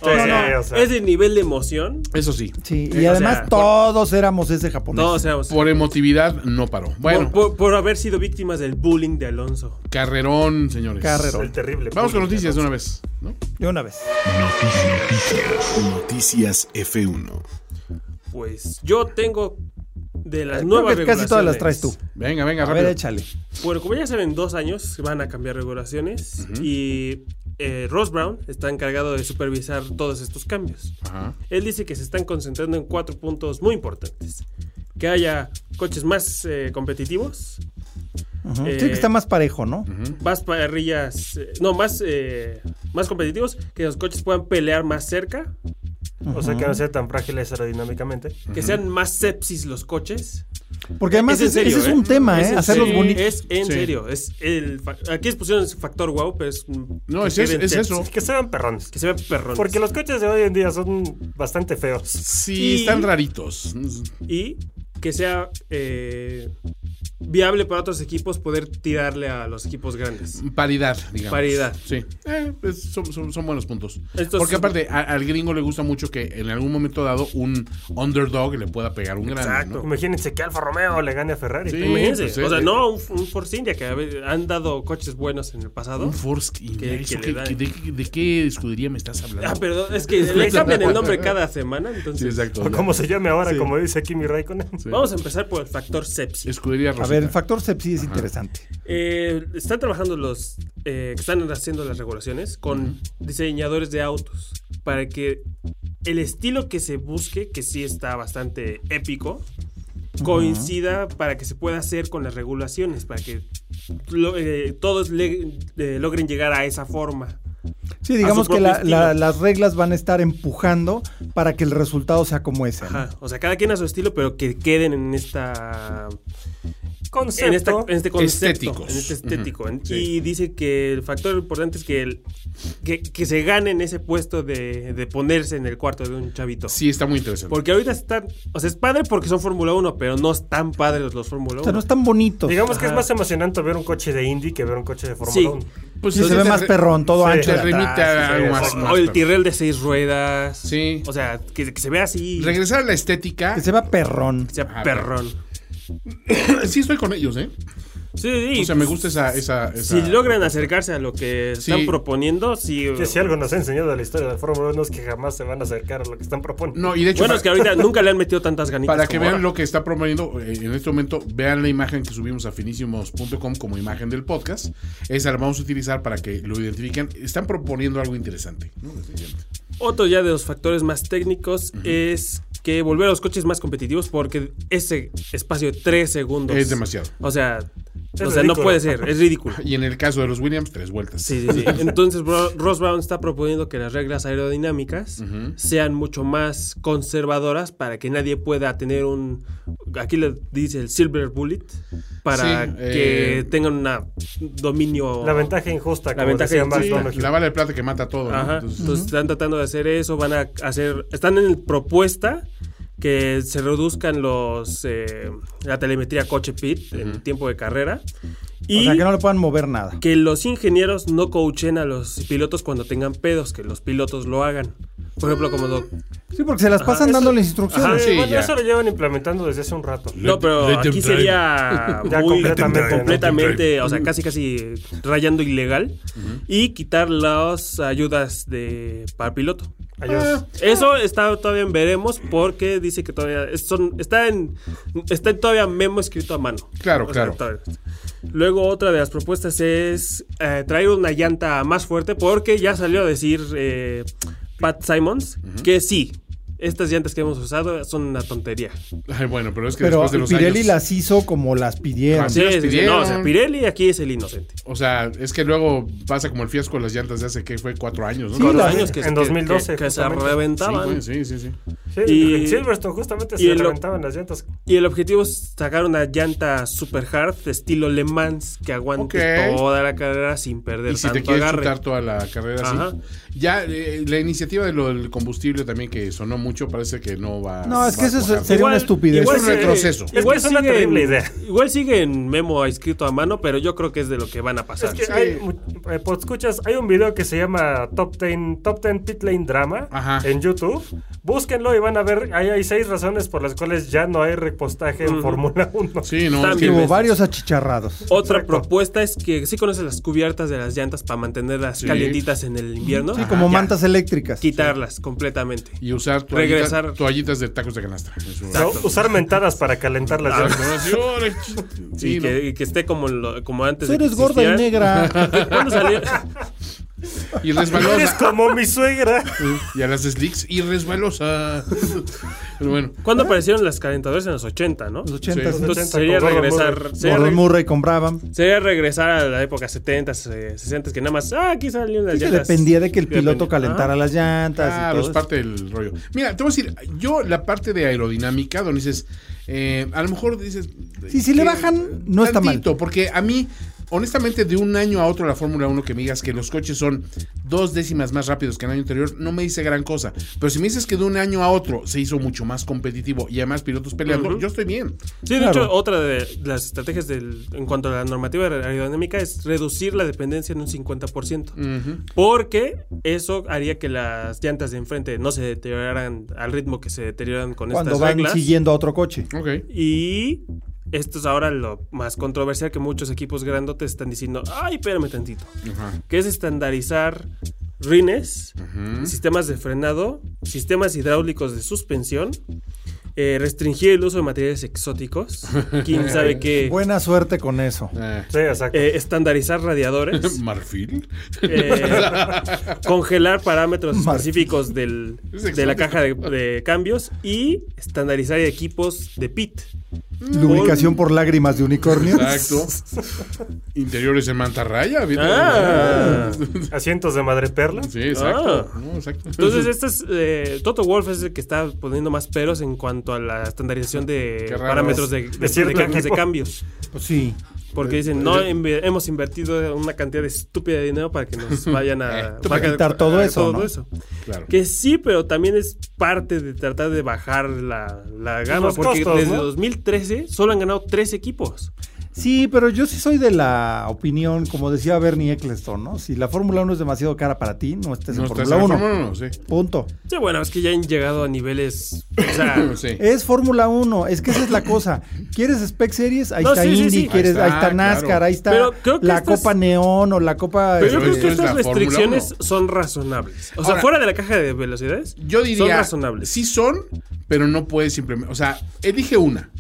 D: O sea,
C: Sí, o sea.
D: es el nivel de emoción.
A: Eso sí.
B: Sí,
A: Eh,
B: y además
D: por-
B: todos éramos ese japonés.
D: Todos seamos.
A: Por emotividad no paró. Bueno,
D: por, por- por haber sido víctimas del bullying de Alonso.
A: carrerón, señores.
B: Carrerón.
C: El terrible.
A: Vamos con
C: público.
A: noticias de una vez. ¿no?
B: De una vez.
E: Noticias. Noticias F1.
D: Pues yo tengo de
B: Eh,
D: las
B: Creo
D: nuevas
B: que casi todas las traes tú.
D: regulaciones.
A: Venga, venga,
B: A ver,
A: rápido.
B: échale.
D: Bueno, como ya saben, dos años van a cambiar regulaciones y eh, Ross Brown está encargado de supervisar todos estos cambios.
A: Ajá.
D: Él dice que se están concentrando en cuatro puntos muy importantes. Que haya coches más eh, competitivos,
B: Ujú.
D: Eh,
B: sí, que está más parejo, ¿no?
D: más parrillas, eh, no, más, eh, más competitivos, que los coches puedan pelear más cerca,
C: O sea, que no sea tan frágiles aerodinámicamente.
D: que sean más sepsis los coches.
B: Porque además
D: en
B: ese-
D: serio,
B: ese es un tema,
D: Es
B: ¿eh?
D: en
B: Hacerlos
D: serio,
B: bonitos.
D: Es en
A: Sí.
D: serio. Es el, fa- aquí pusieron ese factor wow, pero es.
A: No,
D: que
A: es eso,
D: queden
A: es
D: sepsis,
A: eso.
C: Que sean perrones.
D: Que se vean perrones.
C: Porque los coches de hoy en día son bastante feos.
A: Sí,
D: Sí.
A: están raritos.
D: y que sea eh, viable para otros equipos poder tirarle a los equipos grandes.
A: Paridad, digamos.
D: Paridad.
A: Sí. Eh, es- son, son- son buenos puntos.
D: Estos-
A: Porque aparte, a- al gringo le gusta mucho que en algún momento dado un underdog le pueda pegar un grande.
D: Exacto.
A: ¿no?
C: Imagínense que Alfa Romeo le gane a Ferrari.
A: Sí.
D: Imagínense,
A: pues,
D: o sea,
A: eh,
D: no un, un Force India que a veces han dado coches buenos en el pasado.
A: Un Forsk y
D: Que-
A: eso,
D: que le
A: ¿qué-
D: da-
A: qué- de, de qué escudería me estás hablando?
D: Ah, perdón, es que le cambian el nombre cada semana, entonces.
A: Sí, exacto.
C: O como se llame ahora,
D: Sí.
C: como dice Kimi Raikkonen.
D: Vamos a empezar por el factor sepsis.
A: Escudería
B: A
A: Rosita.
B: ver, el factor sepsi es interesante.
D: Eh, están trabajando los eh, que están haciendo las regulaciones con diseñadores de autos para que el estilo que se busque, que sí está bastante épico, coincida para que se pueda hacer con las regulaciones, para que lo- eh, todos le- eh, logren llegar a esa forma.
B: Sí, digamos
D: su
B: que la-
D: propio
B: la-
D: estilo.
B: las reglas van a estar empujando para que el resultado sea como ese. ¿no?
D: Ajá, O sea, cada quien a su estilo, pero que queden en esta
C: Concepto.
D: en, esta- en este concepto,
A: Estéticos.
D: en este estético. En-
A: Sí.
D: Y dice que el factor importante es que, el- que, que se ganen ese puesto de, de ponerse en el cuarto de un chavito.
A: Sí, está muy interesante.
D: Porque ahorita están, o sea, es padre porque son Fórmula 1, pero no están padres los Fórmula
B: O
D: 1.
B: sea, no están bonitos.
C: Digamos que es
D: Ajá.
C: más emocionante ver un coche de Indy que ver un coche de Fórmula
D: Sí.
C: 1.
A: Pues,
B: Y se
A: entonces
B: ve
A: te
B: más
A: re-
B: perrón, todo
C: sí,
B: ancho.
A: Te
B: de
A: remite
B: atrás.
A: a
C: sí,
A: algo más.
C: exacto.
D: O
A: más
D: el
A: perrón.
D: Tyrrell de seis ruedas.
A: Sí.
D: O sea, que, que se vea así. Que
A: Regresar a la estética.
B: Que se vea perrón.
D: sea
A: Ajá.
D: perrón.
A: Sí, estoy con ellos, ¿eh?
D: Sí, sí, pues,
A: O sea, me gusta esa. esa,
D: Si
A: esa-
D: logran acercarse a lo que están
A: Sí.
D: proponiendo, sí.
C: Que si algo nos ha enseñado de la historia de la Fórmula 1 es que jamás se van a acercar a lo que están proponiendo.
A: No, y de hecho.
D: Bueno,
A: para-
D: es que ahorita nunca le han metido tantas ganitas.
A: Para que
D: como
A: vean
D: ahora.
A: lo que está promoviendo eh, en este momento, vean la imagen que subimos a finísimos.com como imagen del podcast. Esa la vamos a utilizar para que lo identifiquen. Están proponiendo algo interesante. ¿no?
D: Otro ya de los factores más técnicos es que volver a los coches más competitivos porque ese espacio de 3 segundos
A: Es demasiado.
D: O sea, o sea no
C: ridículo.
D: puede ser, es ridículo.
A: Y en el caso de los Williams, tres vueltas.
D: Sí, sí, sí. Entonces, Bro- Ross Brown está proponiendo que las reglas aerodinámicas sean mucho más conservadoras para que nadie pueda tener un. Aquí le dice el Silver Bullet para
A: Sí,
D: que
A: eh,
D: tengan una- un dominio.
C: La ventaja injusta, como
D: ventaja
C: decía Max
A: Sí,
C: Donaghy.
A: la bala de plata que mata todo. ¿no?
D: Ajá.
A: Entonces,
D: Entonces, están tratando de hacer eso, van a hacer, están en propuesta que se reduzcan los eh, la telemetría coche pit en tiempo de carrera y
B: O sea, que no le puedan mover nada.
D: que los ingenieros no coachen a los pilotos cuando tengan pedos, que los pilotos lo hagan. Por ejemplo, como do-
B: Sí, porque se las pasan
C: eso-
B: dándole
C: Ajá,
B: instrucciones.
A: sí,
C: Ah, Eh, bueno,
A: ya.
C: eso lo llevan implementando desde hace un rato.
D: no, pero aquí sería
C: Ya
D: muy
C: completamente,
D: completamente,
C: ¿no?
D: o sea, casi casi rayando ilegal y quitar las ayudas de para piloto.
C: Adiós.
A: Ah.
D: Eso está todavía en veremos porque dice que todavía es- son, está en está en todavía memo escrito a mano.
A: Claro,
D: O sea,
A: claro.
D: todavía. Luego otra de las propuestas es eh, traer una llanta más fuerte porque ya salió a decir eh, Pat Simons que sí. Estas llantas que hemos usado son una tontería.
A: ay, bueno, pero es que
B: Pero
A: después de los
B: Pirelli
A: años.
B: las hizo como las pidieron.
A: Así. Sí, las
D: no, o sea,
A: pidieron.
D: Pirelli aquí es el inocente.
A: O sea, es que luego pasa como el fiasco de las llantas de hace que fue cuatro años, ¿no?
B: Sí,
A: Cuatro-
D: Los
B: las-
D: años que,
C: en
D: que-
C: 2012
D: que, que se
C: justamente.
A: Sí,
D: reventaban.
A: güey, sí, sí, sí.
C: Sí,
D: Y-
C: en Silverstone justamente
D: y
C: se
D: lo-
C: reventaban las llantas.
D: Y el objetivo es sacar una llanta super hard de estilo Le Mans que aguante
A: Ok.
D: toda la carrera sin perder
A: Y si te
D: tanto
A: quieres
D: agarre.
A: chutar toda la carrera
D: Ajá.
A: así. Ya, eh, la iniciativa de lo del combustible también que sonó mucho, parece que no va
B: No, es
A: va
B: que eso
A: a
B: es-
A: cuajar.
B: sería una
D: Igual-
B: estupidez.
D: igual
A: Es un
D: sigue-
A: retroceso. Es
C: que es una
D: sigue
C: terrible
D: en-
C: idea.
D: Igual sigue en memo escrito a mano, pero yo creo que es de lo que van a pasar.
C: Es que
A: Sí.
C: hay mu- eh, escuchas, hay un video que se llama Top 10, Top 10 Pit Lane Drama
A: Ajá.
C: en YouTube. Búsquenlo y van a ver, ahí hay seis razones por las cuales ya no hay repostaje en Fórmula 1.
A: Sí, no.
D: Está
A: es que-
D: bien.
B: Hubo
D: veces.
B: varios achicharrados.
D: Otra propuesta es que sí conoces las cubiertas de las llantas para mantenerlas
A: Sí.
D: calientitas en el invierno.
B: Sí, como
D: Ya,
B: mantas eléctricas.
D: Quitarlas completamente.
A: y usar toallita-
D: Regresar.
A: toallitas de tacos de canastra. en su-
C: Pero usar mentadas para calentar las
A: Ah,
C: llantas.
A: no, sí, ahora, ch-
D: Sí,
A: sí,
D: que, y que esté como, lo- como antes
B: Tú
D: de que
B: Pues eres gorda y
D: existieran.
B: negra.
D: ¿Cuándo salió?
A: no. Y resbalosa.
C: Eres como mi suegra.
A: Y a las slicks y resbalosa. Pero bueno,
D: ¿Cuándo aparecieron las calentadoras en los 80, no?
B: Los 80.
A: Sí.
D: Entonces
C: 80
D: sería
C: con Gordon
D: regresar,
C: Murray.
D: sería,
B: Gordon
D: reg-
B: Murray con Brabham.
D: sería regresar a la época 70, 60, que nada más, ah, aquí salieron las
B: Sí, que
D: llantas.
B: dependía de que el
D: Dependía.
B: piloto calentara las llantas. y
A: claro,
B: todo
A: es
B: eso.
A: parte del rollo. Mira, te voy a decir, yo la parte de aerodinámica, donde dices, eh, a lo mejor dices.
B: Sí, si le bajan, no está mal.
A: tantito, Porque a mí, honestamente, de un año a otro la Fórmula 1 que me digas que los coches son dos décimas más rápidos que el año anterior, no me dice gran cosa. Pero si me dices que de un año a otro se hizo mucho más competitivo y además pilotos peleando, yo estoy bien.
D: Sí, de
B: Claro.
D: hecho, otra de las estrategias del, en cuanto a la normativa aerodinámica es reducir la dependencia en un 50%. Porque eso haría que las llantas de enfrente no se deterioraran al ritmo que se deterioran con
B: Cuando
D: estas
B: van
D: reglas.
B: siguiendo a otro coche.
A: Ok.
D: Y esto es ahora lo más controversial que muchos equipos grandotes están diciendo, ay, espérame tantito,
A: Ajá.
D: que es estandarizar rines, sistemas de frenado, sistemas hidráulicos de suspensión, eh, restringir el uso de materiales exóticos, quién sabe qué,
B: Buena suerte con eso.
A: Eh,
C: Sí, exacto.
D: eh, estandarizar radiadores,
A: Marfil.
D: eh, congelar parámetros
B: Mar-
D: específicos del-
A: Es
D: de la
A: exótico.
D: caja de, de cambios y estandarizar equipos de pit.
B: Lubricación por lágrimas de unicornio.
A: Exacto. Interiores en mantarraya. ¿viste?
D: Ah.
C: Asientos de madre perla.
A: Sí, exacto.
D: Ah.
A: No, exacto.
D: Entonces, este es, eh, Toto Wolf es el que está poniendo más peros en cuanto a la estandarización
A: Qué
D: de
A: raro.
D: parámetros de, de,
C: Es cierto,
D: de cajas de
C: equipo.
D: cambios.
B: Pues sí.
D: Porque dicen, no, inve- hemos invertido una cantidad de estúpida de dinero para que nos vayan a,
A: Estúpida.
D: vayan a-
B: Quitar todo
D: a-
B: eso, ¿no?
A: claro.
D: Que sí, pero también es parte de tratar de bajar la, la gama.
C: Los
D: porque
C: costos,
D: desde
C: ¿no?
D: 2013 solo han ganado tres equipos.
B: Sí, pero yo sí soy de la opinión, como decía Bernie Eccleston, ¿no? Si la Fórmula 1 es demasiado cara para ti, no estés
A: No
B: en
A: estás
B: Fórmula
A: en la
B: 1.
A: Fórmula 1, sí.
B: Punto.
D: Sí, bueno, es que ya han llegado a niveles. O sea,
A: Sí.
B: Es Fórmula 1, es que esa es la cosa. ¿Quieres Spec Series? Ahí
D: No,
B: está
D: sí, sí,
B: Indy,
D: sí.
B: Quieres,
A: Ahí
B: ahí,
A: está,
B: está, NASCAR,
A: claro.
B: ahí está
D: Pero creo que
B: la
D: estas-
B: Copa Neón o la Copa...
D: Pero yo
A: Pero
D: creo
A: esto
D: que
A: es la
D: estas
A: Fórmula
D: restricciones
A: Uno.
D: son razonables. O sea,
A: Ahora,
D: fuera de la caja de velocidades,
A: Yo diría,
D: son razonables.
A: sí son, pero no puedes simplemente, o sea, elige una.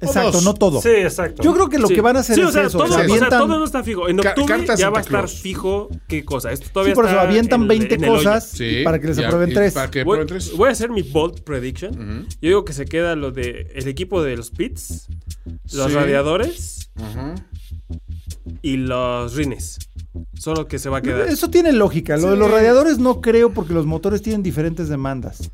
A: O
B: Exacto,
A: dos.
B: no todo.
C: Sí, exacto.
B: Yo creo que lo
D: Sí.
B: que van a hacer
D: Sí,
B: es
D: o sea,
B: eso.
D: Todo,
B: se
D: o sea,
B: avientan-
D: todo no está fijo. En
A: Ca-
D: octubre
A: cartas
D: ya va a
A: Santa
D: estar
A: Claus.
D: fijo qué cosa. Esto
B: Sí,
D: todavía
B: por eso
D: está
B: avientan
D: en el-
B: 20
D: en el hoyo.
B: cosas
A: Sí,
B: para que les
A: ya,
B: aprueben
A: y
B: tres.
A: Para que
D: Voy,
A: aprueben tres.
D: voy a hacer mi bold prediction. Yo digo que se queda lo de el equipo de los pits, los
A: Sí.
D: radiadores
A: Ajá.
D: y los rines. Solo que se va a quedar.
B: Eso tiene lógica. Lo de los radiadores no creo porque los motores tienen diferentes demandas.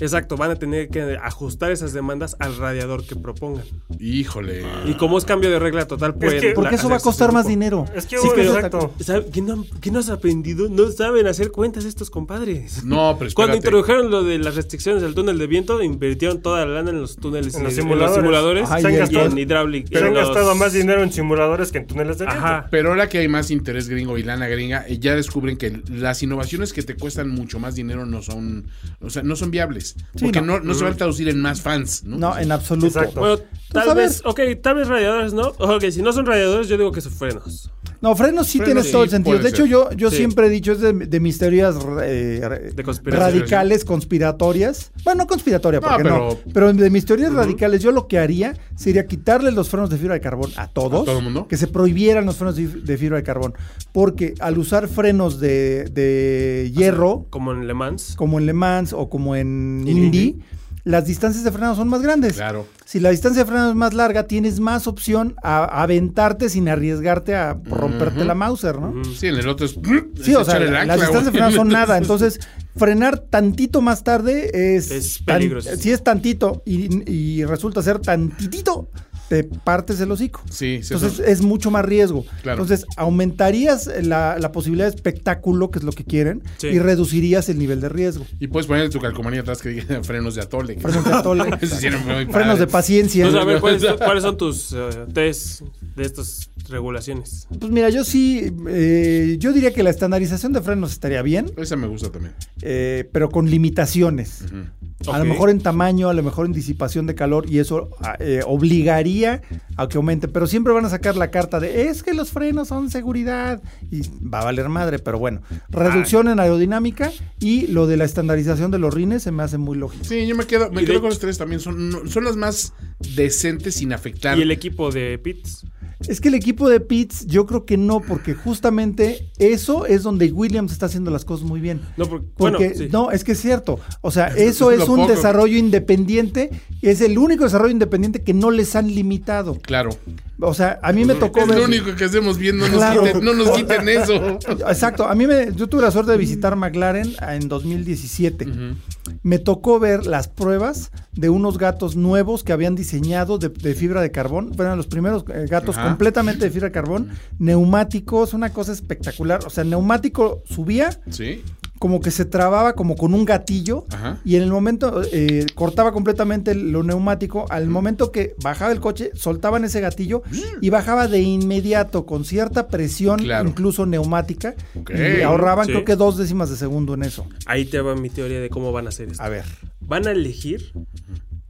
D: Exacto, van a tener que ajustar esas demandas al radiador que propongan.
A: Híjole.
D: Y como es cambio de regla total, pueden
C: que-
B: Porque
D: la-
B: eso va a
D: hacerse
B: costar
D: su
B: más
D: grupo.
B: dinero.
C: Es que,
B: Sí,
C: bueno,
B: que eso-
C: exacto.
D: ¿Sabe- ¿Qué no, qué no has aprendido? No saben hacer cuentas estos compadres.
A: No, pero
D: Cuando
A: espérate.
D: introdujeron lo de las restricciones del túnel de viento, invirtieron toda la lana en los túneles,
C: En
D: y-
C: los
D: en los
C: simuladores.
D: simuladores
B: Ay,
C: Se han
B: ay,
D: y
C: gastado-
D: en hidráulica.
C: Pero han gastado más dinero en simuladores que en túneles de viento.
D: Ajá.
A: Pero ahora que hay más interés gringo y lana gringa, eh, ya descubren que las innovaciones que te cuestan mucho más dinero no son, o sea, no son viables. porque
B: no.
A: no, no
D: Mm.
A: se van a traducir en más fans, ¿no?
B: No, en absoluto.
C: Exacto.
D: Bueno,
B: a
D: tal
B: ver.
D: vez, ok, tal vez radiadores, ¿no? Ok, si no son radiadores, yo digo que son frenos.
B: No, frenos sí
A: Frenos
B: tienes
A: sí,
B: todo el sentido.
A: puede
B: De hecho,
A: ser.
B: yo, yo
D: Sí.
B: siempre he dicho, es de, de mis teorías eh, re-
D: De conspiración.
B: radicales, conspiratorias. Bueno, no conspiratoria,
A: No,
B: porque no,
A: pero-
B: pero, de mis teorías radicales, yo lo que haría sería quitarle los frenos de fibra de carbón a todos.
A: ¿A todo mundo?
B: Que se prohibieran los frenos de fi- de fibra de carbón. Porque al usar frenos de, de hierro,
D: Como en Le Mans.
B: como en Le Mans o como en
D: Indy.
B: Indy, las distancias de frenado son más grandes.
A: Claro.
B: Si la distancia de frenado es más larga, tienes más opción a a aventarte sin arriesgarte a romperte la Mauser, ¿no?
A: Sí, en el otro es.
B: Sí,
A: es
B: o sea,
A: echar el
B: la-
A: ancla,
B: las distancias de
A: güey.
B: frenado son nada. Entonces, frenar tantito más tarde es.
D: Es
B: tan-
D: peligroso.
B: si es tantito y, y resulta ser tantitito, te partes el hocico.
A: Sí, sí,
B: Entonces
A: eso-
B: es mucho más riesgo.
A: Claro.
B: Entonces aumentarías la, la posibilidad de espectáculo, que es lo que quieren,
D: Sí.
B: y reducirías el nivel de riesgo.
A: Y puedes ponerle tu calcomanía atrás que diga frenos de atole.
B: Frenos de atole.
A: Eso sí, Pues, no me voy a
B: Frenos
A: parar.
B: de paciencia.
D: Entonces, a ver, ¿cuáles, cuáles son tus eh, test de estas regulaciones?
B: Pues mira, yo sí, eh, yo diría que la estandarización de frenos estaría bien,
A: Esa me gusta también.
B: eh, pero con limitaciones. A
D: Ok.
B: lo mejor en tamaño, a lo mejor en disipación de calor, y eso a- eh, obligaría a que aumente. Pero siempre van a sacar la carta de es que los frenos son seguridad y va a valer madre. Pero bueno, reducción en aerodinámica y lo de la estandarización de los rines se me hace muy lógico.
A: Sí, yo me quedo, me
D: Y de
A: quedo con
D: hecho-
A: los tres también. Son, no- son las más decentes sin afectar.
D: Y el equipo de Pitts.
B: Es que el equipo de Pitts, yo creo que no, porque justamente eso es donde Williams está haciendo las cosas muy bien.
D: No, porque,
B: Porque,
D: bueno, sí.
B: no, es que es cierto. O sea, eso
A: es
B: es,
A: lo
B: un
A: poco.
B: desarrollo independiente. Es el único desarrollo independiente que no les han limitado.
A: Claro.
B: O sea, a mí me tocó
A: Es
B: ver.
A: lo único que hacemos bien. No nos,
B: Claro.
A: quiten, no nos quiten eso.
B: Exacto, a mí me, yo tuve la suerte de visitar McLaren en 2017. Me tocó ver las pruebas de unos gatos nuevos que habían diseñado de, de fibra de carbón. Fueron los primeros eh, gatos
A: Ajá.
B: completamente de fibra de carbón, neumáticos, una cosa espectacular. O sea, el neumático subía
A: Sí.
B: como que se trababa como con un gatillo
A: Ajá.
B: y en el momento eh, cortaba completamente el- lo neumático, al momento que bajaba el coche soltaban ese gatillo
D: Mm.
B: y bajaba de inmediato con cierta presión
A: Claro.
B: incluso neumática
A: Ok.
B: y ahorraban
D: Sí.
B: creo que dos décimas de segundo en eso.
D: Ahí te va mi teoría de cómo van a hacer esto.
B: A ver.
D: Van a elegir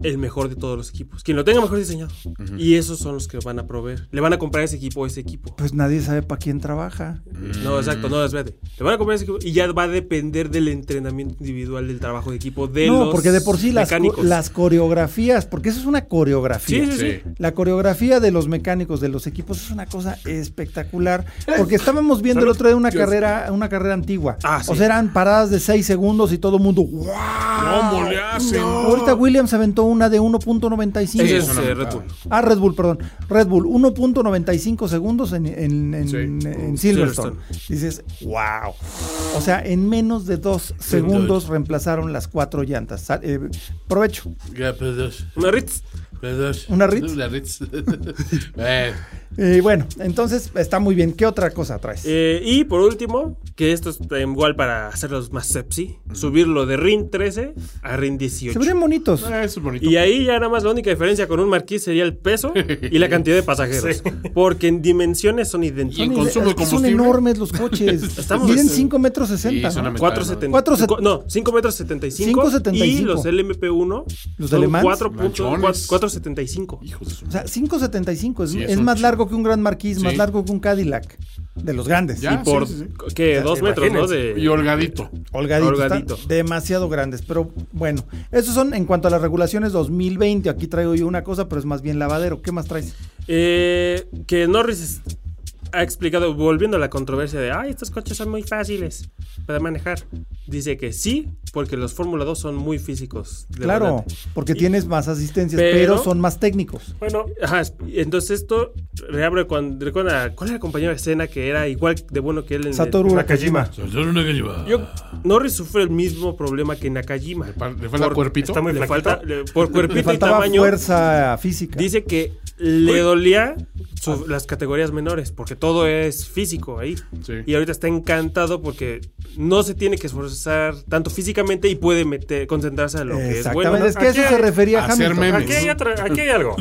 D: el mejor de todos los equipos. Quien lo tenga mejor diseñado. Y esos son los que van a proveer. Le van a comprar ese equipo o ese equipo.
B: Pues nadie sabe para quién trabaja.
D: No, exacto, no, espérate. Le van a comprar ese equipo y ya va a depender del entrenamiento individual, del trabajo de equipo, de
B: no,
D: los
B: porque de por sí las, co-
D: mecánicos.
B: las coreografías, porque eso es una coreografía.
D: Sí, sí, sí.
A: Sí.
B: La coreografía de los mecánicos de los equipos es una cosa espectacular. Porque estábamos viendo el otro día una carrera, una carrera antigua.
D: Ah,
B: O
D: sí.
B: sea, eran paradas de 6 segundos y todo el mundo. ¡Wow!
A: ¿Cómo le
D: ah,
A: hacen?
B: Ahorita Williams aventó una de 1.95.
D: Ese es
A: eso no me
D: eh, Red
A: gustaba.
D: Bull.
B: Ah, Red Bull, perdón. Red Bull, 1.95 segundos en, en- en-
A: Sí.
B: en Silverstone. Dices, wow. O sea, en menos de dos segundos reemplazaron las cuatro llantas. Sa- eh, provecho.
A: Ya,
D: pues,
A: perdón.
D: Una Ritz. pues,
A: Perdón.
B: ¿Una Ritz?
A: Una Ritz. Eh,
B: Eh, bueno, entonces está muy bien. ¿Qué otra cosa traes?
D: Eh, y por último, que esto es eh, igual para hacerlos más sepsi, subirlo de RIN 13 a RIN 18.
B: Se verían bonitos.
A: eh, eso es bonito.
D: Y ahí ya nada más la única diferencia con un marquís sería el peso y la cantidad de pasajeros. Porque en dimensiones son
A: Y en
D: idénticos.
B: Son ide-
A: consumo de
B: es que
A: combustible.
B: Son enormes los coches.
D: Estamos-
B: Miden
D: eh,
B: 5 metros
A: Sí,
B: 60.
A: son
B: ¿no?
A: ameri-
D: Cuatro
A: Claro,
D: seten-
B: Cuatro set-
D: cu- no, 5 metros 75
B: Cinco setenta y
D: y los
B: cinco.
D: LMP1
B: Los
D: son
B: alemanes.
D: 4.4-
A: Manchones.
D: 4.75.
A: Hijos de su
B: O sea, 5.75 es,
A: Sí, es
B: es
A: un
B: más
A: chingo.
B: largo que un Gran Marquis, más
A: Sí.
B: largo que un Cadillac. De los grandes.
A: Ya. Ah,
D: y por
A: sí, sí,
D: que dos metros, ¿no?
C: imagínense.
D: De,
A: Y holgadito.
B: Holgadito.
D: Holgadito.
B: están demasiado grandes. Pero bueno, esos son en cuanto a las regulaciones 2020. Aquí traigo yo una cosa, pero es más bien lavadero. ¿Qué más traes?
D: Eh, que Norris es- ha explicado, volviendo a la controversia de, ay, estos coches son muy fáciles para manejar. Dice que sí, porque los Fórmula 2 son muy físicos. de
B: claro,
D: verdad.
B: porque
D: Y-
B: tienes más asistencias, pero,
D: pero-
B: son más técnicos.
C: Bueno,
D: Ajá, es- entonces esto reabre cuando recuerda cuál era el compañero de escena que era igual de bueno que él en el-
B: Satoru
C: Nakajima.
D: Yo- Norris sufre el mismo problema que Nakajima.
A: Pa- ¿Le falta
D: Por-
A: cuerpito?
C: Está muy
D: le
C: flaquito.
D: falta le- por cuerpito
B: Le
D: y
B: faltaba
D: tamaño.
B: fuerza física.
D: Dice que le dolía su- las categorías menores, porque todo es físico ahí.
A: Sí.
D: Y ahorita está encantado porque no se tiene que esforzar tanto físicamente y puede meter, concentrarse a lo que es
B: Exactamente.
D: bueno. ¿no?
B: es que a eso
C: Aquí
B: se
C: hay-
B: refería
A: hacer
B: Hamilton.
A: memes.
C: Aquí hay, otra- aquí hay algo.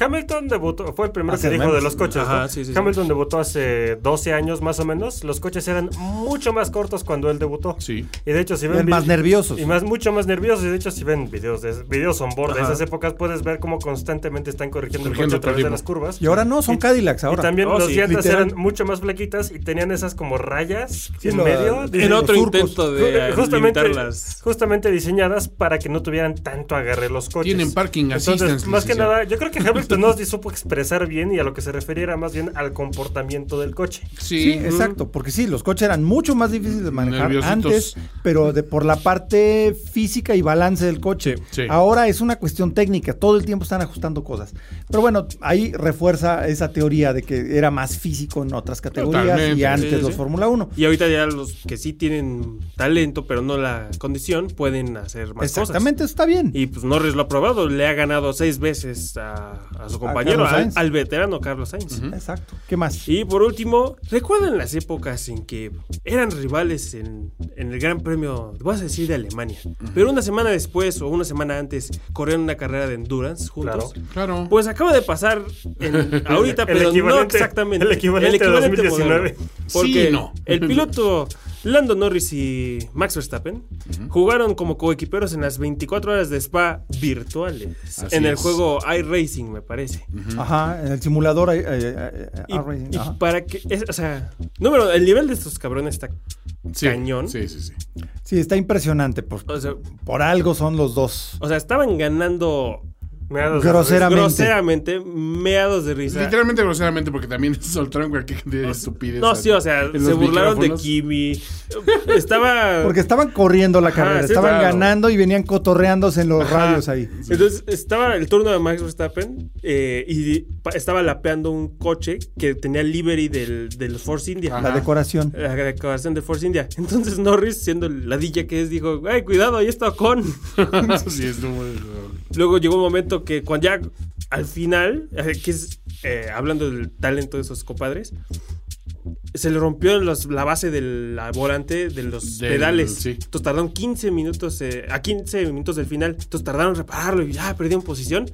C: Hamilton debutó, fue el primero
B: Hace
C: que dijo de
B: menos.
C: los coches. ¿no?
D: Ajá, sí, sí, sí.
C: Hamilton debutó hace 12 años más o menos. Los coches eran mucho más cortos cuando él debutó.
A: Sí.
C: Y de hecho, si ven.
B: Eran más
C: vi-
B: nerviosos.
C: Y más, mucho más nerviosos. Y de hecho, si ven videos, de, videos on board de
D: Ajá.
C: esas épocas, puedes ver cómo constantemente están corrigiendo el
A: Corrigiendo
C: coche a través de
A: ritmo.
C: las curvas.
B: Y ahora no, son
C: Y-
B: Cadillacs ahora.
C: Y también
D: Oh,
C: los
D: sí,
C: llantas
B: literal.
C: eran mucho más flaquitas y tenían esas como rayas
B: Sí,
C: en
B: lo-
C: medio.
B: en
D: En
C: Dicen-
D: otro
B: Los surcos.
D: intento
C: Ju- eh,
D: de
C: justamente,
D: limitarlas.
C: justamente diseñadas para que no tuvieran tanto agarre los coches.
A: Tienen parking
C: Entonces,
A: assistance,
C: más que
A: licenciado.
C: nada, yo creo que Hamilton no supo expresar bien y a lo que se refería era más bien al comportamiento del coche.
B: Sí,
A: Sí.
B: exacto, porque sí, los coches eran mucho más difíciles de manejar
A: Nerviositos.
B: antes, pero de por la parte física y balance del coche.
A: Sí.
B: Ahora es una cuestión técnica, todo el tiempo están ajustando cosas. Pero bueno, ahí refuerza esa esta teoría de que era más físico en otras categorías
A: Totalmente,
B: y antes
D: sí, sí,
B: los
D: sí.
B: Fórmula 1.
D: Y ahorita ya los que sí tienen talento, pero no la condición, pueden hacer más cosas.
B: Exactamente, eso está bien.
D: Y pues Norris lo ha probado, le ha ganado seis veces a, a su compañero,
B: Carlos
D: al,
B: Sainz.
D: al veterano Carlos Sainz.
B: Exacto. ¿Qué más?
D: Y por último, ¿recuerdan las épocas en que eran rivales en, en el Gran Premio, vas a decir, de Alemania? Pero una semana después o una semana antes corrieron una carrera de endurance juntos.
A: Claro.
D: Pues acaba de pasar en- ahorita,
C: El
D: pero no
C: equivalente-
D: exactamente.
C: el equivalente a 2019.
D: moderno.
A: Sí,
D: Porque
A: no.
D: el piloto Lando Norris y Max Verstappen jugaron como coequiperos en las 24 horas de Spa virtuales.
A: Así
D: en el
A: es.
D: juego iRacing, me parece.
B: Ajá, en el simulador. eh, eh, eh,
D: Y,
B: Racing,
D: y
B: ajá.
D: para que, es- o sea, número, el nivel de estos cabrones está
A: Sí,
D: cañón.
A: Sí, sí, sí.
B: Sí, está impresionante. Por,
D: O sea,
B: por algo son los dos.
D: o sea, estaban ganando
C: Meados de-
B: Groseramente.
D: groseramente, meados de risa.
A: Literalmente, groseramente, porque también soltaron cualquier cantidad de estupidez.
D: No,
A: al-
D: sí, o sea,
A: en los
D: se burlaron de
A: micrófonos.
D: Kimi. Estaba.
B: Porque estaban corriendo la
D: Ajá,
B: carrera,
D: sí,
B: estaban
D: claro.
B: ganando y venían cotorreándose en los radios ahí.
D: Entonces estaba el turno de Max Verstappen eh, y pa- estaba lapeando un coche que tenía livery del, del Force India.
A: Ajá.
B: La decoración.
D: La decoración de Force India. Entonces Norris, siendo el ladilla que es, dijo: ¡Ay, cuidado, ahí está Ocon!
A: Eso sí, estuvo-
D: Luego llegó un momento que cuando ya al final, eh, que es, eh, hablando del talento de esos compadres, se le rompió los- la base del la volante de los
A: Del-
D: pedales.
A: sí.
D: Entonces tardaron 15 minutos, eh, a 15 minutos del final. Entonces tardaron en repararlo y ya perdieron posición.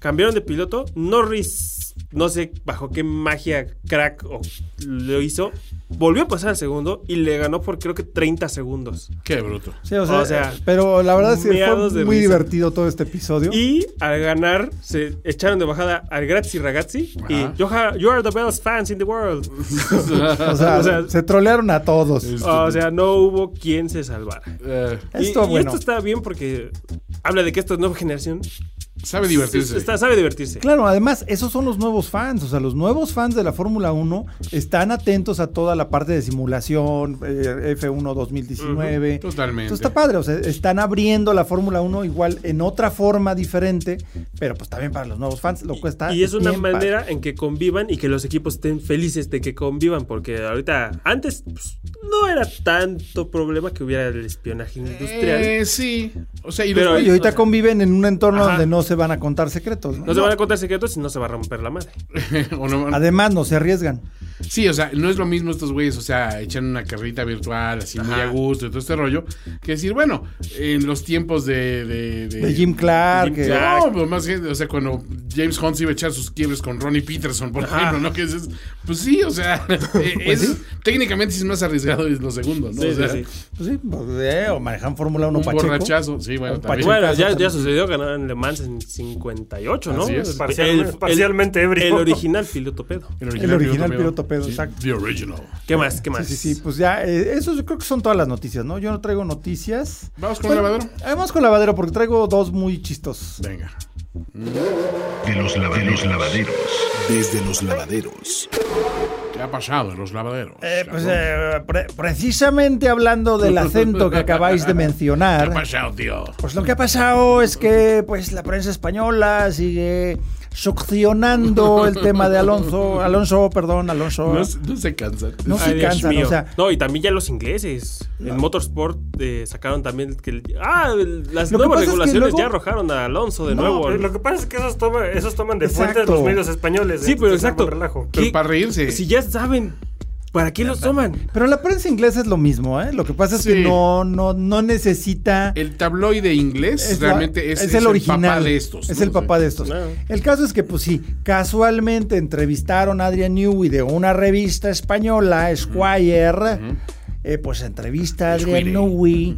D: Cambiaron de piloto. Norris, no sé bajo qué magia crack o lo hizo, volvió a pasar al segundo y le ganó por creo que 30 segundos.
A: Qué bruto.
B: Sí, o sea,
D: O sea,
B: pero la verdad es que
D: meados
B: fue
D: de
B: muy
D: risa.
B: divertido todo este episodio.
D: Y al ganar, se echaron de bajada al Grazi Ragazzi
A: Ajá.
D: y "You ha- You are the best fans in the world.
B: o, sea,
D: o sea,
B: se trolearon a todos.
D: o sea, no hubo quien se salvara.
A: Eh,
D: Y-
B: Esto,
D: y,
B: bueno.
D: esto está bien porque habla de que esta nueva generación
A: sabe divertirse.
D: está- sabe divertirse.
B: Claro, además, esos son los nuevos fans. O sea, los nuevos fans de la Fórmula 1 están atentos a toda la parte de simulación, eh, F1 2019.
A: Totalmente.
B: Entonces está padre, o sea, están abriendo la Fórmula 1 igual en otra forma diferente, pero pues también para los nuevos fans, lo cual pues está.
D: Y es una
B: bien padre.
D: manera en que convivan y que los equipos estén felices de que convivan, porque ahorita, antes, pues, no era tanto problema que hubiera el espionaje industrial.
A: Eh, sí. O sea, y
D: Pero-
A: los-
B: Y ahorita conviven en un entorno
D: Ajá.
B: donde no se van a contar secretos. ¿no?
D: no se van a contar secretos y no se va a romper la madre.
A: o no-
B: Además, no se arriesgan.
A: Sí, o sea, no es lo mismo estos güeyes, o sea, echan una carrita virtual así muy
D: Ajá.
A: a gusto y todo este rollo, que decir, bueno, en los tiempos de... De,
B: De Jim Clark.
D: Jim
B: que-
D: Clark.
A: No, pues más gente, o sea, cuando James Hunt se iba a echar sus quiebres con Ronnie Peterson, por ejemplo, ¿no? Que dices, pues sí, o sea, eh, es, técnicamente sí es más arriesgado en los segundos, ¿no?
D: Sí,
A: o sea,
D: sí, sí.
B: Pues sí, pues, eh, o manejan Fórmula 1
A: Un
B: Pacheco.
A: borrachazo, sí, bueno,
B: Un Pacheco.
A: también.
D: Bueno,
B: caso
D: ya, ya
B: también.
D: sucedió, ganaron Le Mans en 58, ¿no?
A: Así es.
C: Parcialmente- parcialmente ebrio.
D: El original piloto pedo.
B: El original piloto pedo,
A: Sí,
B: exacto.
A: The original.
D: ¿Qué más? ¿Qué más?
B: Sí, sí, sí, pues ya, eh, eso yo creo que son todas las noticias, ¿no? Yo no traigo noticias.
A: Vamos con
B: Bueno,
A: el lavadero.
B: eh, Vamos con lavadero porque traigo dos muy chistos.
A: Venga.
H: De los lavaderos.
E: Desde los lavaderos.
A: ¿Qué ha pasado en los lavaderos?
B: Eh, pues
A: cabrón?
B: eh, pre- precisamente hablando del acento que acabáis de
A: ¿Qué ha
B: mencionar,
A: pasado, tío?
B: pues lo que ha pasado es que pues la prensa española sigue succionando el tema de Alonso, Alonso, perdón, Alonso.
A: No, se- no se cansan.
B: No se
D: Dios
B: cansan,
D: mío.
B: o sea,
D: No, y también ya los ingleses. En Motorsport eh, sacaron también que el- ah, el- las
B: Lo que
D: nuevas
B: pasa es que
D: regulaciones
B: luego-
D: ya arrojaron a Alonso de
C: No,
D: nuevo.
C: pero
D: ¿no?
C: lo que pasa es que esos, toma- esos toman de fuentes
B: Exacto.
C: los medios españoles.
D: Sí, pero
C: entonces es un
D: exacto.
C: relajo.
D: ¿Qué-
A: Pero para reírse.
D: Si ya saben, ¿para qué los toman?
B: pero la prensa inglesa es lo mismo, ¿eh? Lo que pasa es que
A: Sí.
B: no, no, no necesita
A: El tabloide inglés
B: Es la-
A: realmente es, es
B: el original.
A: papá de estos.
B: Es el papá de estos.
D: Claro.
B: El caso es que, pues sí, casualmente entrevistaron a Adrian Newey de una revista española, Squire. Eh, pues entrevista a Adrian
A: Squire.
B: Newey.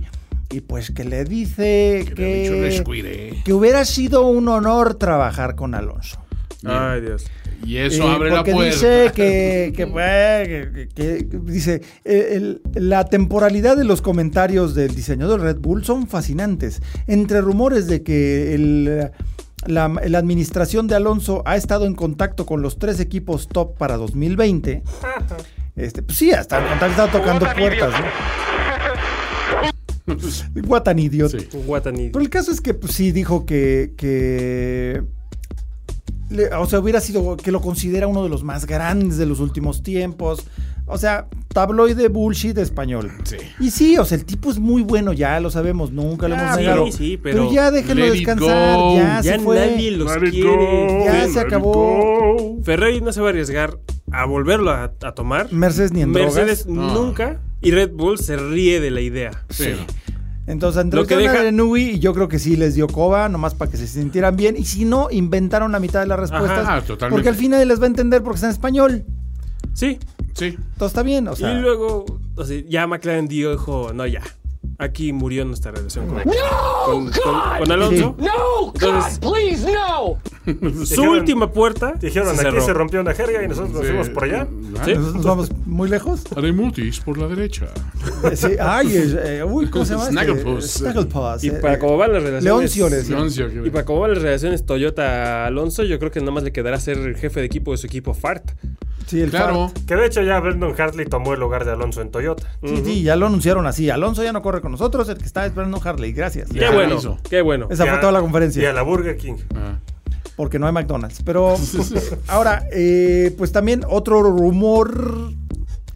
B: Y pues que le dice
A: Que le ha dicho el
B: que,
A: Squire.
B: que hubiera sido un honor trabajar con Alonso.
D: Ay, Dios.
A: Y eso
B: Eh,
A: abre la
B: porque
A: puerta.
B: Dice que, que, eh, que- que- dice, eh, el- la temporalidad de los comentarios del diseñador de Red Bull son fascinantes. Entre rumores de que el, la, la administración de Alonso ha estado en contacto con los tres equipos top para 2020. Este, pues sí, hasta hasta está tocando puertas. ¿no? What an idiot.
A: Sí.
D: What an idiot.
B: Pero el caso es que pues, sí dijo que, que le- o sea, hubiera sido que lo considera uno de los más grandes de los últimos tiempos. O sea, tabloide bullshit español.
A: Sí.
B: Y sí, o sea, el tipo es muy bueno, ya lo sabemos, nunca lo
D: Ah,
B: hemos
D: sí,
B: negado.
D: sí,
B: pero,
D: pero
B: ya déjenlo
A: let it
B: descansar,
A: go.
B: ya,
D: Ya
B: se fue.
D: nadie los
C: Let it
D: quiere.
C: go,
B: Ya se
C: let it
B: acabó.
C: go.
D: Ferrari no se va a arriesgar a volverlo a, a tomar.
B: Mercedes ni en
D: Mercedes
A: drogas.
D: nunca. Y Red Bull se ríe de la idea.
A: Sí.
B: Entonces, Andrés
D: Lo que
B: Leonard
D: deja-
B: en UI, y yo creo que sí les dio coba, nomás para que se sintieran bien. Y si no, inventaron la mitad de las respuestas.
D: ah,
A: Ajá, totalmente.
B: porque al final les va a entender porque está en español.
D: Sí.
A: Sí.
B: Todo está bien, o sea.
D: y luego, o sea, ya McLaren dijo, no, ya. Aquí murió nuestra relación con, con- con- con Alonso. Entonces, su
C: Dijeron-
D: última puerta
C: Dijeron,
D: se
C: aquí
D: cerró.
C: se rompió una jerga y nosotros nos fuimos por allá.
D: Sí.
B: Nosotros vamos muy lejos.
A: Haré Eh, mutis por la derecha.
B: Sí, ay, eh, eh, uy, ¿cómo se llama? este?
A: Snagglepuss.
B: Snagglepuss,
D: Y
B: eh,
D: para
B: eh,
D: cómo van las relaciones.
B: Leoncio le decía.
A: Leoncio, qué
D: Y para cómo van las relaciones Toyota Alonso, yo creo que nada más le quedará ser el jefe de equipo de su equipo Fart.
B: Sí, el
A: Claro.
B: fart.
C: Que de hecho ya Brendan Hartley tomó el lugar de Alonso en Toyota.
B: Sí, sí, ya lo anunciaron así. Alonso ya no corre con nosotros, el que está esperando Harley. Gracias.
A: Ya.
D: Qué
A: Ah,
D: bueno,
A: hizo.
D: qué bueno.
B: Esa
C: Ya-
B: fue toda la
C: Y a
B: conferencia.
C: la Burger King.
A: Ah.
B: Porque no hay McDonald's. Pero ahora, eh, pues también otro rumor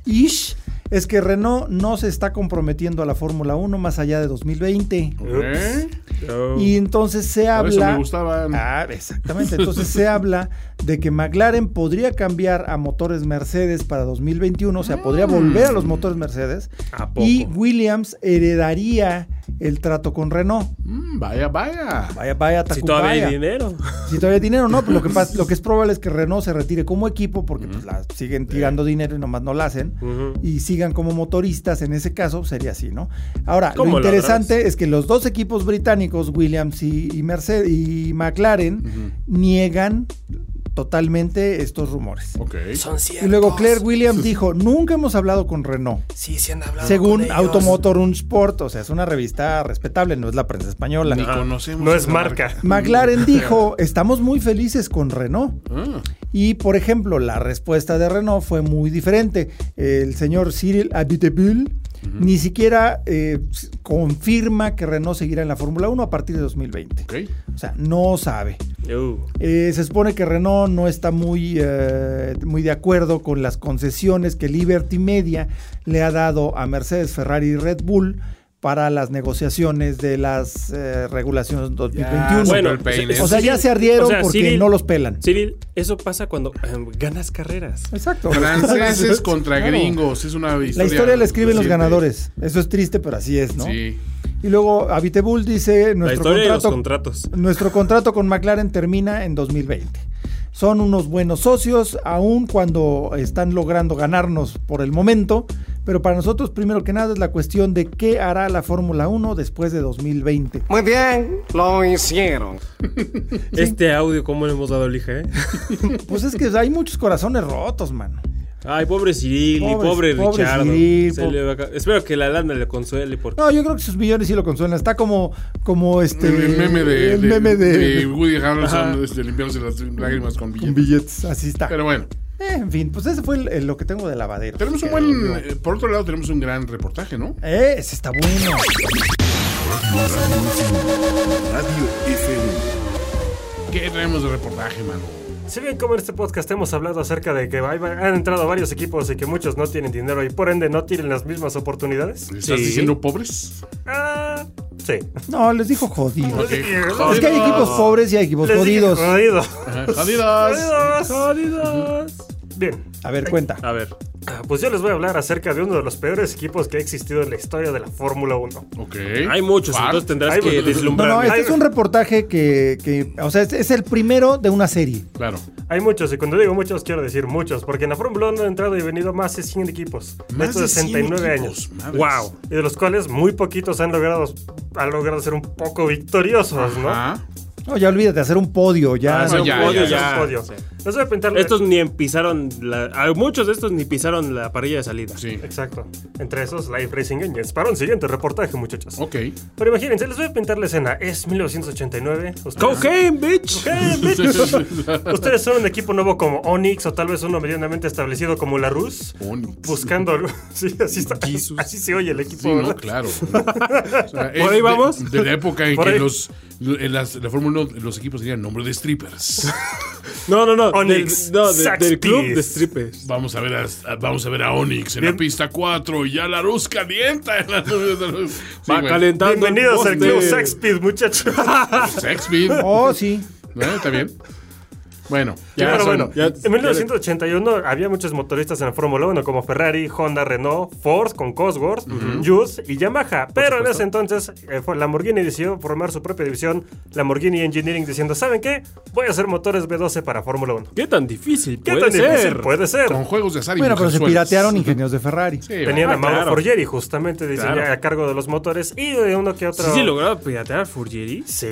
B: ish es que Renault no se está comprometiendo a la Fórmula 1 más allá de 2020.
A: ¿Eh?
D: Oh.
B: Y entonces se
A: Por eso me
B: habla.
A: gustaban.
B: Ah, exactamente. Entonces se habla de que McLaren podría cambiar a motores Mercedes para 2021, o sea, podría volver a los motores Mercedes.
D: Ah. ¿A poco?
B: Y Williams heredaría el trato con Renault.
A: Mm, vaya, vaya.
B: Vaya, vaya,
D: si
B: Tacubaya.
D: todavía hay dinero.
B: Si todavía hay dinero, no. Pero lo, que pasa- lo que es probable es que Renault se retire como equipo porque pues, la siguen tirando dinero y nomás no la hacen.
D: Ujú.
B: Y sigan como motoristas, en ese caso sería así, ¿no? Ahora, lo
D: Como la
B: interesante es que los dos equipos británicos, Williams y, y Mercedes y McLaren, niegan totalmente estos rumores.
A: Ok.
B: Y luego Claire Williams dijo, nunca hemos hablado con Renault.
I: Sí, sí han hablado.
B: Según Automotor Un Sport, o sea, es una revista respetable, no es la prensa española.
A: Ni conocemos.
C: No es
A: esa
C: marca.
B: McLaren dijo, estamos muy felices con Renault.
A: Ah,
B: Y, por ejemplo, la respuesta de Renault fue muy diferente. El señor Cyril Abiteboul ni siquiera eh, s- confirma que Renault seguirá en la Fórmula 1 a partir de 2020.
A: ok.
B: O sea, no sabe.
D: Uh.
B: Eh, se supone que Renault no está muy, eh, muy de acuerdo con las concesiones que Liberty Media le ha dado a Mercedes, Ferrari y Red Bull para las negociaciones de las eh, regulaciones 2021.
D: bueno,
A: el peine.
B: o sea, ya se ardieron
D: o sea,
B: porque
D: Cyril-
B: no los pelan.
D: Cyril, eso pasa cuando ehm, ganas carreras.
B: Exacto.
A: Franceses contra
B: Claro.
A: gringos. Es una historia.
B: La historia la escriben los
A: reciente.
B: ganadores. Eso es triste, pero así es, ¿no?
A: Sí.
B: Y luego Abitebul dice,
D: La
B: nuestro
D: historia de los
B: contrato,
D: contratos.
B: nuestro contrato con McLaren termina en 2020. Son unos buenos socios, aun cuando están logrando ganarnos por el momento, pero para nosotros primero que nada es la cuestión de qué hará la Fórmula 1 después de 2020.
I: Muy bien, lo hicieron.
D: Este audio, ¿cómo le hemos dado lija, eh?
B: Pues es que hay muchos corazones rotos, mano.
D: Ay, pobre Cyril y
B: Pobre-
D: pobre,
B: pobre
D: Richardo.
B: Cyril,
D: Se
B: po-
D: le va a ca- Espero que la lana le consuele porque
B: No, yo creo que sus millones sí lo consuelan. Está como, como este...
A: El, el meme de,
B: el meme de-
A: de Woody
D: Ajá.
A: Harrelson este, limpiándose las lágrimas con
B: con
A: billetes.
B: billetes, así está.
A: Pero bueno,
B: Eh, en fin, pues ese fue el- el- lo que tengo de lavadero.
A: tenemos un buen. eh, Por otro lado, tenemos un gran reportaje, ¿no?
B: Eh, ese está bueno.
H: Radio F1.
A: ¿Qué traemos de reportaje, mano?
C: Si bien como en este podcast hemos hablado acerca de que hay- han entrado varios equipos y que muchos no tienen dinero y por ende no tienen las mismas oportunidades.
A: ¿Estás
D: Sí.
A: diciendo pobres?
C: Ah, sí.
B: No, les dijo jodido.
A: Ok.
B: Es que hay equipos pobres y hay equipos
C: Les dije
B: jodidos.
C: Jodidos.
A: Ajá, Adidas.
C: Jodidos. Bien.
B: A ver, cuenta.
D: A ver,
C: Ah, Pues yo les voy a hablar acerca de uno de los peores equipos que ha existido en la historia de la Fórmula 1.
A: Ok.
D: hay muchos,
A: Fart.
D: entonces tendrás
C: Hay
D: que
C: muchos.
B: No,
D: deslumbrar.
B: no, este
C: Ay,
B: es un reportaje que, que- o sea, es, es el primero de una serie.
A: Claro.
C: Hay muchos, y cuando digo muchos quiero decir muchos, porque en la Fórmula 1 han entrado y venido más de 100 equipos en
A: Más
C: estos
A: de 100
C: 69
A: equipos,
C: años.
A: madres.
C: ¡Wow! Y de los cuales muy poquitos han logrado, han logrado ser un poco victoriosos, ¿no?
A: Ajá.
B: No, ya olvídate, hacer un podio, ya.
C: Ah,
A: eso
C: no,
A: ya,
C: podio,
A: ya,
C: ya,
D: ya.
C: podio.
D: Sí.
C: Les voy a pintar
D: Estos ni pisaron la, a muchos de estos ni pisaron la parrilla de salida.
A: Sí.
C: Exacto. Entre esos, Life Racing Engines. Para un siguiente reportaje, muchachos.
A: Ok.
C: Pero imagínense, les voy a pintar la escena. Es 1989. Ustedes-
D: Cocaine, bitch.
C: Cocaine, bitch. Ustedes son un equipo nuevo como Onyx o tal vez uno medianamente establecido como Larus.
A: Onyx.
C: Buscando algo. Sí, así, está,
A: Jesus.
C: así se oye el equipo.
A: Sí, no,
C: ¿verdad?
A: claro. O sea, es
D: ahí
A: de-
D: vamos?
A: De, la época en
C: Por
A: que
C: ahí.
A: los, en las- la Fórmula uno, los equipos tenían nombre de strippers.
D: No, no, no.
C: Onyx,
D: del, no, de-
C: Sax
D: del club
C: Pies.
D: de strippers.
A: Vamos a ver a, a- vamos a ver a Onyx en la
C: Bien.
A: pista 4 y a la luz calienta. en la- Sí,
D: Va
A: güey.
D: calentando. el
C: Bienvenidos al
D: poste.
C: club Sexpeed, muchachos.
A: Sex Beat.
B: Oh, sí.
A: ¿Eh? ¿Está bien? Bueno, ya
C: Ya, pero
A: son-
C: bueno,
D: ya-
C: en 1981 había muchos motoristas en la Fórmula 1, como Ferrari, Honda, Renault, Ford con Cosworth, Juice y Yamaha. Pero en ese entonces eh, fue- Lamborghini decidió formar su propia división, Lamborghini Engineering, diciendo, ¿saben qué? Voy a hacer motores B12 para Fórmula 1.
D: ¿Qué tan difícil
C: ¿Qué
D: puede
C: tan
D: ser?
C: difícil puede ser?
A: con juegos de azar y
B: Bueno, pero se
A: mujerzuelas.
B: piratearon ingenios de Ferrari.
A: Sí, va.
C: Tenían
D: Ah,
C: a Mauro
D: claro.
C: Forgieri, justamente diseña-
D: Claro.
C: a cargo de los motores y de uno que otro...
D: ¿Sí se lograba piratear Furgieri?
C: Sí.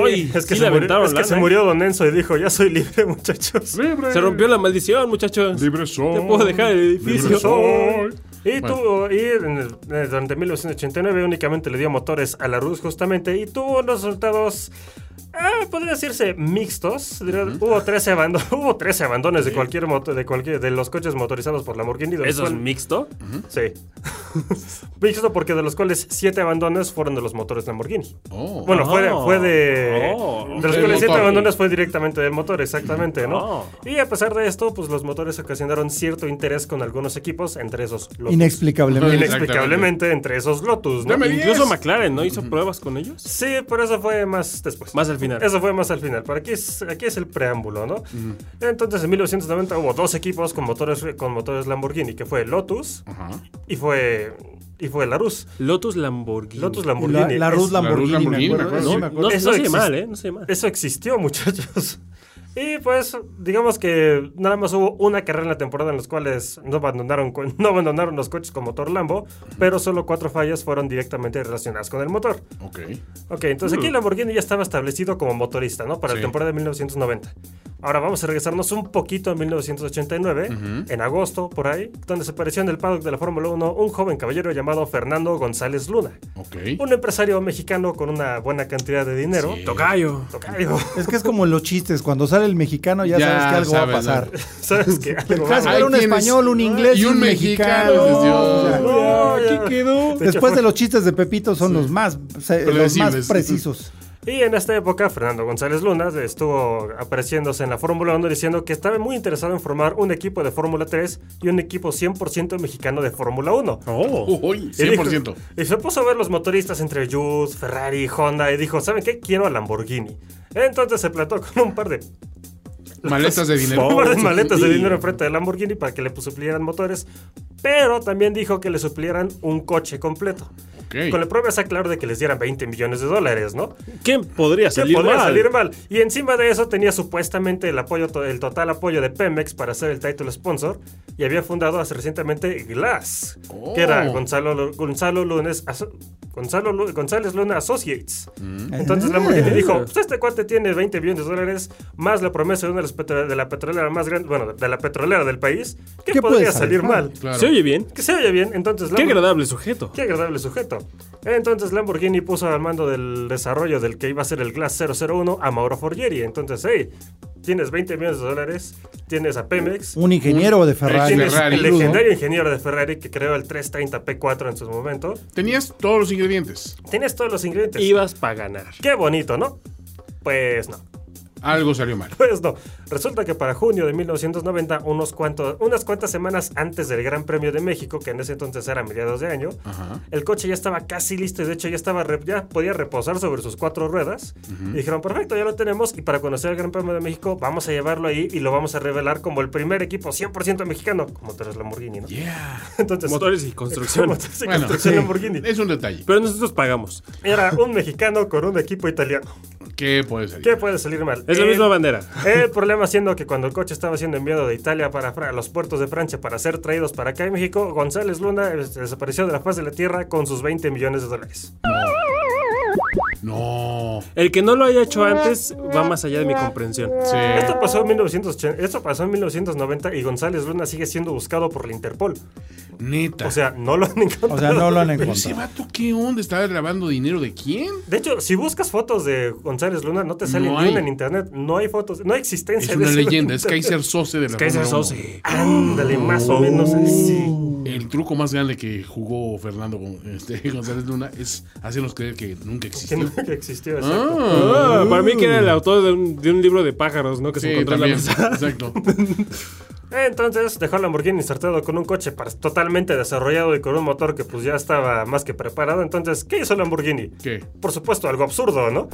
D: Uy,
C: es que, se,
D: sí le
C: murió,
D: aventaron
C: es que
D: lana,
C: se
D: ¿eh?
C: murió Don Enzo y dijo, ya soy libre, muchachos.
A: Libre.
D: Se rompió la maldición, muchachos.
A: Libre
D: Te
A: soy.
D: puedo dejar el edificio.
A: Libre soy.
C: Y
A: Bueno.
C: tuvo, y en el- eh, durante 1989 únicamente le dio motores a la Rus justamente y tuvo unos resultados, ah, podría decirse mixtos. Diría, Hubo 13 abandonos, hubo 13 abandones de cualquier moto, de cualquier, de los coches motorizados por Lamborghini. de los
D: ¿Eso es
C: cual-
D: mixto?
C: Sí. Mixto porque de los cuales 7 abandones fueron de los motores Lamborghini.
A: Oh.
C: Bueno, fue, de-
D: Oh.
C: fue de.
D: Oh.
C: de los
A: Del
C: cuales siete
A: motor.
C: abandones fue directamente del motor, exactamente, ¿no?
D: Oh.
C: Y a pesar de esto, pues los motores ocasionaron cierto interés con algunos equipos, entre esos Lotus.
B: Inexplicablemente.
C: Inexplicablemente, entre esos Lotus, ¿no?
A: Dame
D: Incluso
A: diez.
D: McLaren, ¿no? ¿Hizo pruebas con ellos?
C: Sí, pero eso fue más después.
D: Más al final.
C: Eso fue más al final. Pero aquí es, aquí es el preámbulo, ¿no? Entonces, en 1990 hubo dos equipos con motores, con motores Lamborghini, que fue Lotus y fue. Y fue Larus.
D: Lotus Lamborghini.
C: Lotus
B: Y La,
C: Lamborghini.
B: la Ruth
C: Es-
B: Lamborghini,
A: Lamborghini,
B: me
A: me
B: acuerdo.
A: acuerdo,
B: sí,
A: sí.
B: me
D: No,
B: acuerdo.
D: no
C: Eso
D: se
C: existe.
D: mal, ¿eh? No se mal.
C: Eso existió, muchachos. Y pues, digamos que nada más hubo una carrera en la temporada en las cuales no abandonaron, cu- no abandonaron los coches con motor Lambo, pero solo cuatro fallas fueron directamente relacionadas con el motor.
A: Ok.
C: Ok, entonces aquí Lamborghini ya estaba establecido como motorista, ¿no? Para
A: Mm. Sí.
C: la temporada de 1990. Ahora vamos a regresarnos un poquito a 1989, en agosto, por ahí, donde se apareció en el paddock de la Fórmula 1 un joven caballero llamado Fernando González Luna.
A: Ok.
C: Un empresario mexicano con una buena cantidad de dinero.
A: Sí.
D: Tocayo.
C: Tocayo.
B: Es que es como los chistes. Cuando sale el mexicano ya,
A: Ya
B: sabes que algo
A: sabes,
B: va a pasar.
C: ¿Sabes qué?
B: El
C: Algo
B: caso
C: va
A: Ahí
C: mal.
B: era un
A: tienes-
B: español, un inglés
A: y
B: y
A: un
B: un
A: mexicano, pues,
B: mexicano.
A: Dios.
B: O sea,
C: No, ya.
B: Después de los chistes de Pepito son los más se- los más
A: Predecibles.
B: precisos.
C: Y en esta época, Fernando González Luna estuvo apareciéndose en la Fórmula 1 diciendo que estaba muy interesado en formar un equipo de Fórmula 3 y un equipo 100% mexicano de Fórmula 1.
A: Uy,
C: Y dijo-
A: 100%.
C: Y se puso a ver los motoristas entre Juice, Ferrari, Honda y dijo, ¿saben qué? Quiero a Lamborghini. Entonces se plató con un par de
A: Maletas de dinero.
C: un par de maletas de dinero enfrente de Lamborghini para que le suplieran motores, pero también dijo que le suplieran un coche completo.
A: Ok.
C: Con la promesa, claro, de que les dieran 20 millones de dólares, ¿no?
D: ¿Quién podría
C: Se
D: salir
C: podría
D: mal?
C: salir mal. Y encima de eso tenía supuestamente el apoyo, to- el total apoyo de Pemex para ser el title sponsor y había fundado hace recientemente Glass,
A: Oh.
C: que era Gonzalo, Lu- Gonzalo Lunes. aso- Gonzalo Lu- González Luna Associates. Entonces la mujer le dijo, pues este cuate tiene 20 millones de dólares más la promesa de una de, las petro- de la petrolera más grande, bueno, de la petrolera del país, ¿qué,
B: ¿Qué
C: podría
B: puede salir
C: salir mal?
A: Claro.
D: Se oye bien.
C: Que se oye bien, entonces...
D: Qué
C: Lambo-
D: agradable sujeto.
C: Qué agradable sujeto. Entonces Lamborghini puso al mando del desarrollo del que iba a ser el Glass 001 a Mauro Forgieri. Entonces, hey, tienes 20 millones de dólares, tienes a Pemex,
B: Un ingeniero de Ferrari.
C: tienes
A: Ferrari.
C: el
B: Incluso.
C: legendario ingeniero de Ferrari que creó el 330P4 en su momento.
A: Tenías todos los ingredientes.
C: Tienes todos los ingredientes.
D: Ibas para ganar.
C: Qué bonito, ¿no? Pues no.
A: Algo salió mal.
C: Pues no. Resulta que para junio de 1990, unos cuantos, unas cuantas semanas antes del Gran Premio de México, que en ese entonces era mediados de año, el coche ya estaba casi listo y de hecho ya estaba re- ya podía reposar sobre sus cuatro ruedas. Y dijeron, perfecto, ya lo tenemos y para conocer el Gran Premio de México vamos a llevarlo ahí y lo vamos a revelar como el primer equipo 100% mexicano, como tres Lamborghini, ¿no?
A: Yeah.
C: Entonces,
D: Motores y construcción.
C: motores y
A: Bueno,
C: construcción
A: sí.
C: Lamborghini.
A: Es un detalle.
D: Pero nosotros pagamos.
C: Era un mexicano con un equipo italiano.
A: ¿Qué puede salir?
C: ¿Qué puede salir mal?
D: Es la
C: Eh,
D: misma bandera.
C: El problema siendo que cuando el coche estaba siendo enviado de Italia para Fra- a los puertos de Francia para ser traídos para acá en México, González Luna eh, desapareció de la faz de la Tierra con sus 20 millones de dólares.
A: No.
D: El que no lo haya hecho antes va más allá de mi comprensión.
A: Sí.
C: Esto pasó, en 1980 esto pasó en 1990 y González Luna sigue siendo buscado por la Interpol.
A: Neta.
C: O sea, no lo han encontrado.
B: O sea, no lo han
A: Pero ese
B: encontrado.
A: vato, ¿qué onda? ¿Estaba grabando dinero de quién?
C: De hecho, si buscas fotos de González Luna, no te sale
A: No
C: ni
A: hay.
C: una en internet. No hay fotos, no hay existencia
A: Es
C: de
A: una
C: eso.
A: leyenda, es Kaiser Sose de la
D: Kaiser
A: Fórmula uno.
D: Sose.
B: Oh.
C: Ándale, más o menos así.
A: El truco más grande que jugó Fernando Gon- este, González Luna es hacernos creer que nunca
C: Que
A: existió.
C: nunca existió. exacto.
A: Ah,
D: Ah, para mí que era el autor de un, de un libro de pájaros, ¿no? Que se
A: sí,
D: encontró en la
A: también,
D: mesa.
A: exacto.
C: Entonces dejó el Lamborghini insertado con un coche par- totalmente desarrollado y con un motor que pues ya estaba más que preparado. Entonces, ¿qué hizo el Lamborghini?
A: ¿Qué?
C: Por supuesto, algo absurdo, ¿no?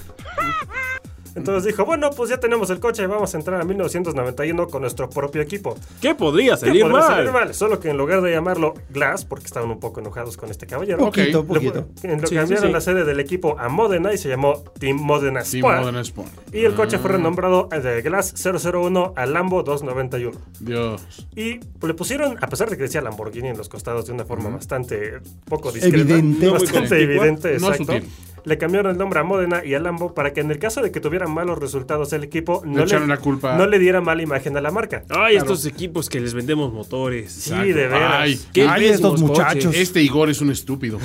C: Entonces dijo, bueno, pues ya tenemos el coche, vamos a entrar a 1991 con nuestro propio equipo.
D: ¿Qué podría
C: ¿Qué
D: salir
C: podría salir
D: mal?
C: mal? Solo que en lugar de llamarlo Glass, porque estaban un poco enojados con este caballero,
A: Ok.
B: Poquito,
C: lo,
B: poquito.
C: en- lo
D: Sí,
C: cambiaron
D: sí, sí.
C: la sede del equipo a Modena y se llamó Team Modena
A: Sí,
C: Sport.
A: Modern Spawn.
C: Y el coche fue renombrado eh, de Glass 001 a Lambo 291.
A: Dios.
C: Y pues, le pusieron, a pesar de que decía Lamborghini en los costados de una forma bastante poco discreta,
B: Evidente. No muy
C: bastante
A: contigua,
C: evidente,
A: no
C: exacto.
A: sutil.
C: Le cambiaron el nombre a Modena y a Lambo para que en el caso de que tuvieran malos resultados el equipo no le,
A: echaron la culpa.
C: no le diera mala imagen a la marca.
D: Ay, estos equipos que les vendemos motores.
C: Sí, de veras.
A: Ay,
D: ¿Qué
B: Ay,
D: pésimos
B: estos muchachos.
D: coches.
A: Este Igor es un estúpido.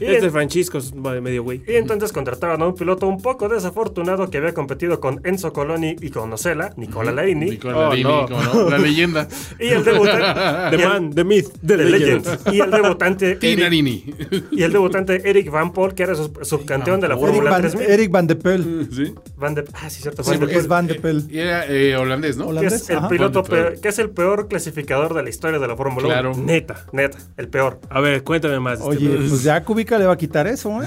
C: Y,
D: Este Francisco es va de medio güey.
C: y entonces contrataron a un piloto un poco desafortunado que había competido con Enzo Coloni y con Ocela, Nicola Laini.
A: Nicola
D: Oh,
A: Dini,
D: no.
A: ¿cómo no? La leyenda.
C: Y el debutante.
D: The
C: y el-
D: man, the myth,
C: The
D: the, legend.
C: Legend. Y el debutante. Eric-
A: Tinarini.
C: y el debutante Eric Van Paul, que era su- subcampeón de la
B: Eric
C: Fórmula
B: Van,
C: 3000.
B: Eric Van de Pel.
A: ¿Sí?
C: Van de- ah, sí, cierto,
B: Sí,
C: Van de
B: porque es
C: Poel,
B: Van de Pel.
A: Y era eh, holandés, ¿no?
C: que
B: Holandés.
C: es el
B: Ajá.
C: piloto
A: Van de Poel.
C: peor- que es el peor clasificador de la historia de la Fórmula 1.
A: Claro.
C: Neta, neta, el peor.
D: A ver, cuéntame más. de este
B: Oye,
D: brother.
B: pues ya Kubica le va a quitar eso, ¿eh?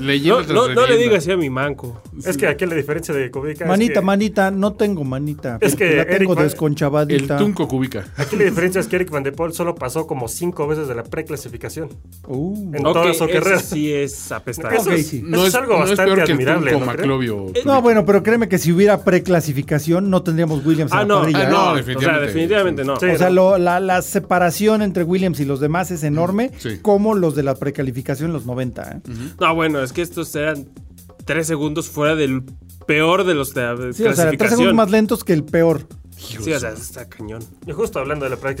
A: Leyenda
D: no,
A: tras
D: no, no le
A: leyenda.
D: digas así a mi manco.
C: Es que aquí la diferencia de Kubica
B: Manita,
C: es que,
B: manita, no tengo manita.
C: Es
B: porque
C: que
B: la tengo
C: Eric Van-
A: El
B: desconchavadita.
A: Tunco Cubica.
B: ¿Eh?
C: Aquí la diferencia es que Eric Van de Paul solo pasó como cinco veces de la preclasificación
B: Uh.
C: en
D: Ok,
C: toda su
D: ese
C: carrera.
D: sí es apestado.
B: Ok,
C: Eso, es,
B: sí.
C: eso
A: No
C: es algo
A: no
C: bastante
A: peor que
C: admirable.
A: El
C: ¿no
A: tunco
C: creen?
A: Maclovio.
D: Eh,
B: No, bueno, pero créeme que si hubiera preclasificación no tendríamos Williams en
D: Ah,
B: la
D: no,
B: parrilla,
D: ah,
B: ¿eh?
A: no,
D: no. O sea,
A: definitivamente.
D: definitivamente no.
C: Sí.
B: O sea, lo- la, la separación entre Williams y los demás es enorme,
A: Sí.
B: como los de la precalificación en los 90. ¿eh?
D: No, bueno, es que estos eran tres segundos fuera del peor de los de
B: Sí, o sea, tres segundos más lentos que el peor.
D: Sí, o sea, está cañón.
C: Y justo hablando de la pre-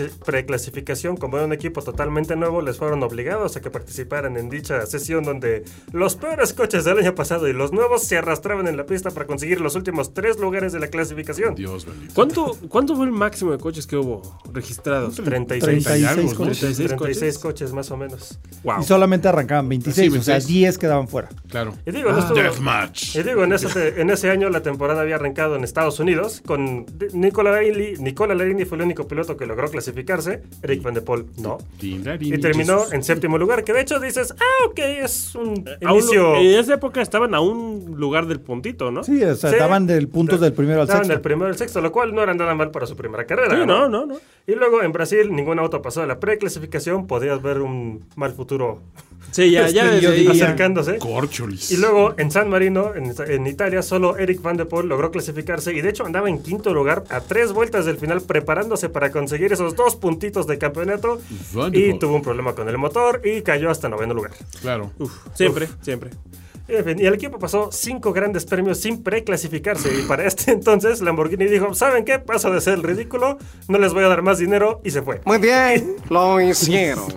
C: preclasificación, como era un equipo totalmente nuevo, les fueron obligados a que participaran en dicha sesión donde los peores coches del año pasado y los nuevos se arrastraban en la pista para conseguir los últimos tres lugares de la clasificación.
A: Dios bendito.
D: ¿Cuánto, ¿Cuánto fue el máximo de coches que hubo registrados?
C: 36, 36,
B: 36
A: ¿no?
B: coches.
C: coches. más o menos.
D: Wow.
B: Y solamente arrancaban 26,
A: Sí,
B: o sea,
A: 26.
B: 10 quedaban fuera.
A: Claro.
C: Y
D: Ah.
C: digo, no estuvo-
A: Deathmatch.
C: y digo, en, ese, en ese año la temporada había arrancado en Estados Unidos con D- Nicola Laini. Nicola Laini fue el único piloto que logró clasificarse. Eric Van de Poel no.
A: Tinarini.
C: Y terminó en séptimo lugar, que de hecho dices, ah, ok, es un
B: Eh,
D: A un lu-
C: inicio.
D: en esa época estaban a un lugar del puntito, ¿no?
B: Sí, o sea,
C: Sí.
B: daban del punto del primero al
C: Estaban
B: sexto.
C: del primero al sexto, lo cual no era nada mal para su primera carrera.
D: Sí, no, no, no.
C: Y luego en Brasil ningún auto pasó de la preclasificación, podías ver un mal futuro
D: Sí,
B: Este
D: ya, ya desde ahí. ya.
C: acercándose.
A: Corcholis.
C: Y luego en San Marino, en, en Italia, solo Eric Van de Poel logró clasificarse y de hecho andaba en quinto lugar a tres vueltas del final preparándose para conseguir esos dos puntitos de campeonato
A: Van de
C: y
A: Poel.
C: tuvo un problema con el motor y cayó hasta noveno lugar.
A: Claro.
D: Uf, siempre, siempre.
C: En fin, y el equipo pasó cinco grandes premios sin preclasificarse. Y para este entonces, Lamborghini dijo: ¿Saben qué? Paso de ser el ridículo, no les voy a dar más dinero. Y se fue.
I: Muy bien, lo hicieron.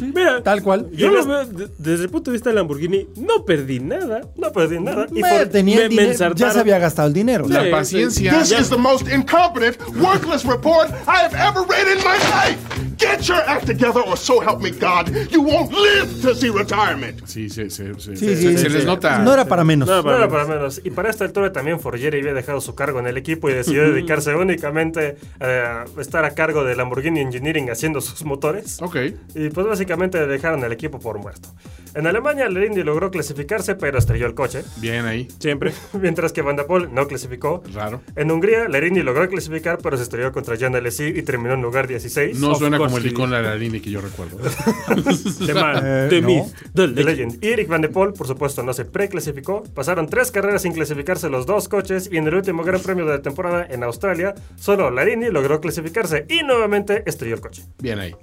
D: Mira,
B: Tal cual.
D: yo lo veo de- desde el punto de vista del Lamborghini, no perdí nada.
C: No perdí nada. Y
B: Me
C: por-
B: tenía
D: me-
B: el dinero,
D: me
B: ya
D: ensartaron.
B: se había gastado el dinero.
A: La
D: Sí,
A: paciencia.
F: This is the most incompetent, worthless report I have ever read in my life. Get your act together, or so help me God, you won't live to see retirement.
A: Sí, sí, sí.
B: Sí,
A: sí. Se-
B: sí,
A: se
B: sí,
A: les
B: sí.
A: nota.
B: No era para menos.
C: No era para menos. Y para esta altura también Forgieri había dejado su cargo en el equipo y decidió dedicarse únicamente a estar a cargo de Lamborghini Engineering haciendo sus motores.
A: Ok.
C: Y pues básicamente dejaron al equipo por muerto. En Alemania, Lerini logró clasificarse, pero estrelló el coche.
A: Bien ahí.
D: Siempre.
C: Mientras que Van der Poel no clasificó.
A: Raro.
C: En Hungría, Lerini logró clasificar, pero se estrelló contra Jan Alesi y terminó en lugar 16.
A: No
D: Of
A: suena
D: course
A: como el
D: he
A: icón Lararini que yo recuerdo.
D: The man,
B: Eh,
D: the
B: no.
D: myth,
C: The
D: the legend.
C: Legend. Y Eric Van de Poel, por supuesto, no se preclasificó. Pasaron tres carreras sin clasificarse los dos coches y en el último gran premio de la temporada en Australia, solo Larini logró clasificarse y nuevamente estrelló el coche.
A: Bien ahí.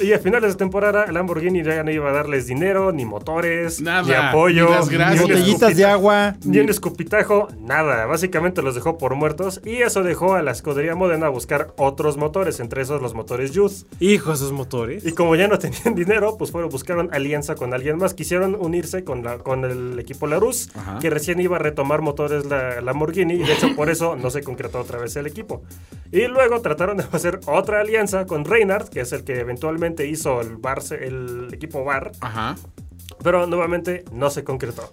C: Y a finales de temporada, Lamborghini ya no iba a darles dinero, ni motores,
A: Nada,
C: ni apoyo,
A: ni las gracias.
C: un
B: Botellitas de
C: escupita-
B: agua.
C: Ni un escupitajo, nada. Básicamente los dejó por muertos y eso dejó a la escudería moderna a buscar otros motores, entre esos los motores Youth.
D: Hijo, esos motores.
C: Y como ya no tenían dinero, pues fueron, buscaron alianza con alguien más. Quisieron unirse con, la, con el equipo Larus, que recién iba a retomar motores la Lamborghini, y de hecho por eso no se concretó otra vez el equipo. Y luego trataron de hacer otra alianza con Reinhardt, que es el que eventualmente hizo el, Barce- el equipo Bar,
A: Ajá.
C: pero nuevamente no se concretó.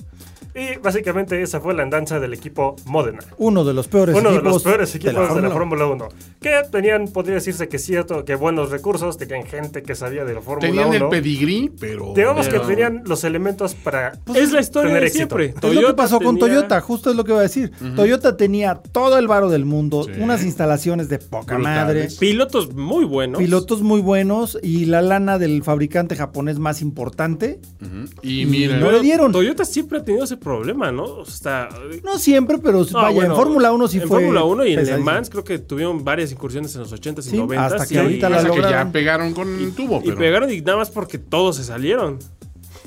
C: Y básicamente esa fue la andanza del equipo Modena.
B: Uno de los peores
C: Uno de
B: equipos.
C: los peores equipos de la
B: Fórmula
C: Fórmula 1. Que tenían, podría decirse que cierto, que buenos recursos, tenían gente que sabía de la Fórmula
A: Tenían
C: 1.
A: el pedigrí, pero.
C: Digamos
A: pero-
C: que tenían los elementos para.
D: es la historia
C: tener
D: de
C: éxito.
D: siempre.
B: Es lo que pasó con
D: tenía-
B: Toyota, justo es lo que iba a decir. Toyota tenía todo el varo del mundo,
A: Sí.
B: unas instalaciones de poca madre,
A: Brutales.
D: Pilotos muy buenos.
B: pilotos muy buenos y la lana del fabricante japonés más importante.
A: Ujú. Y mira.
B: no le dieron.
D: Toyota siempre ha tenido ese problema, ¿no? O sea,
B: No siempre, pero
D: no,
B: vaya,
D: bueno,
B: en Fórmula 1 sí
D: en
B: fue.
D: Fórmula 1 y en Le
B: pesadísimo.
D: Mans creo que tuvieron varias incursiones en los 80s y
B: Sí,
D: 90s.
B: hasta que
D: y,
B: ahorita la
A: pasa que ya
B: lograron.
A: pegaron con tubo,
D: y
A: pero.
D: pegaron y nada más porque todos se salieron.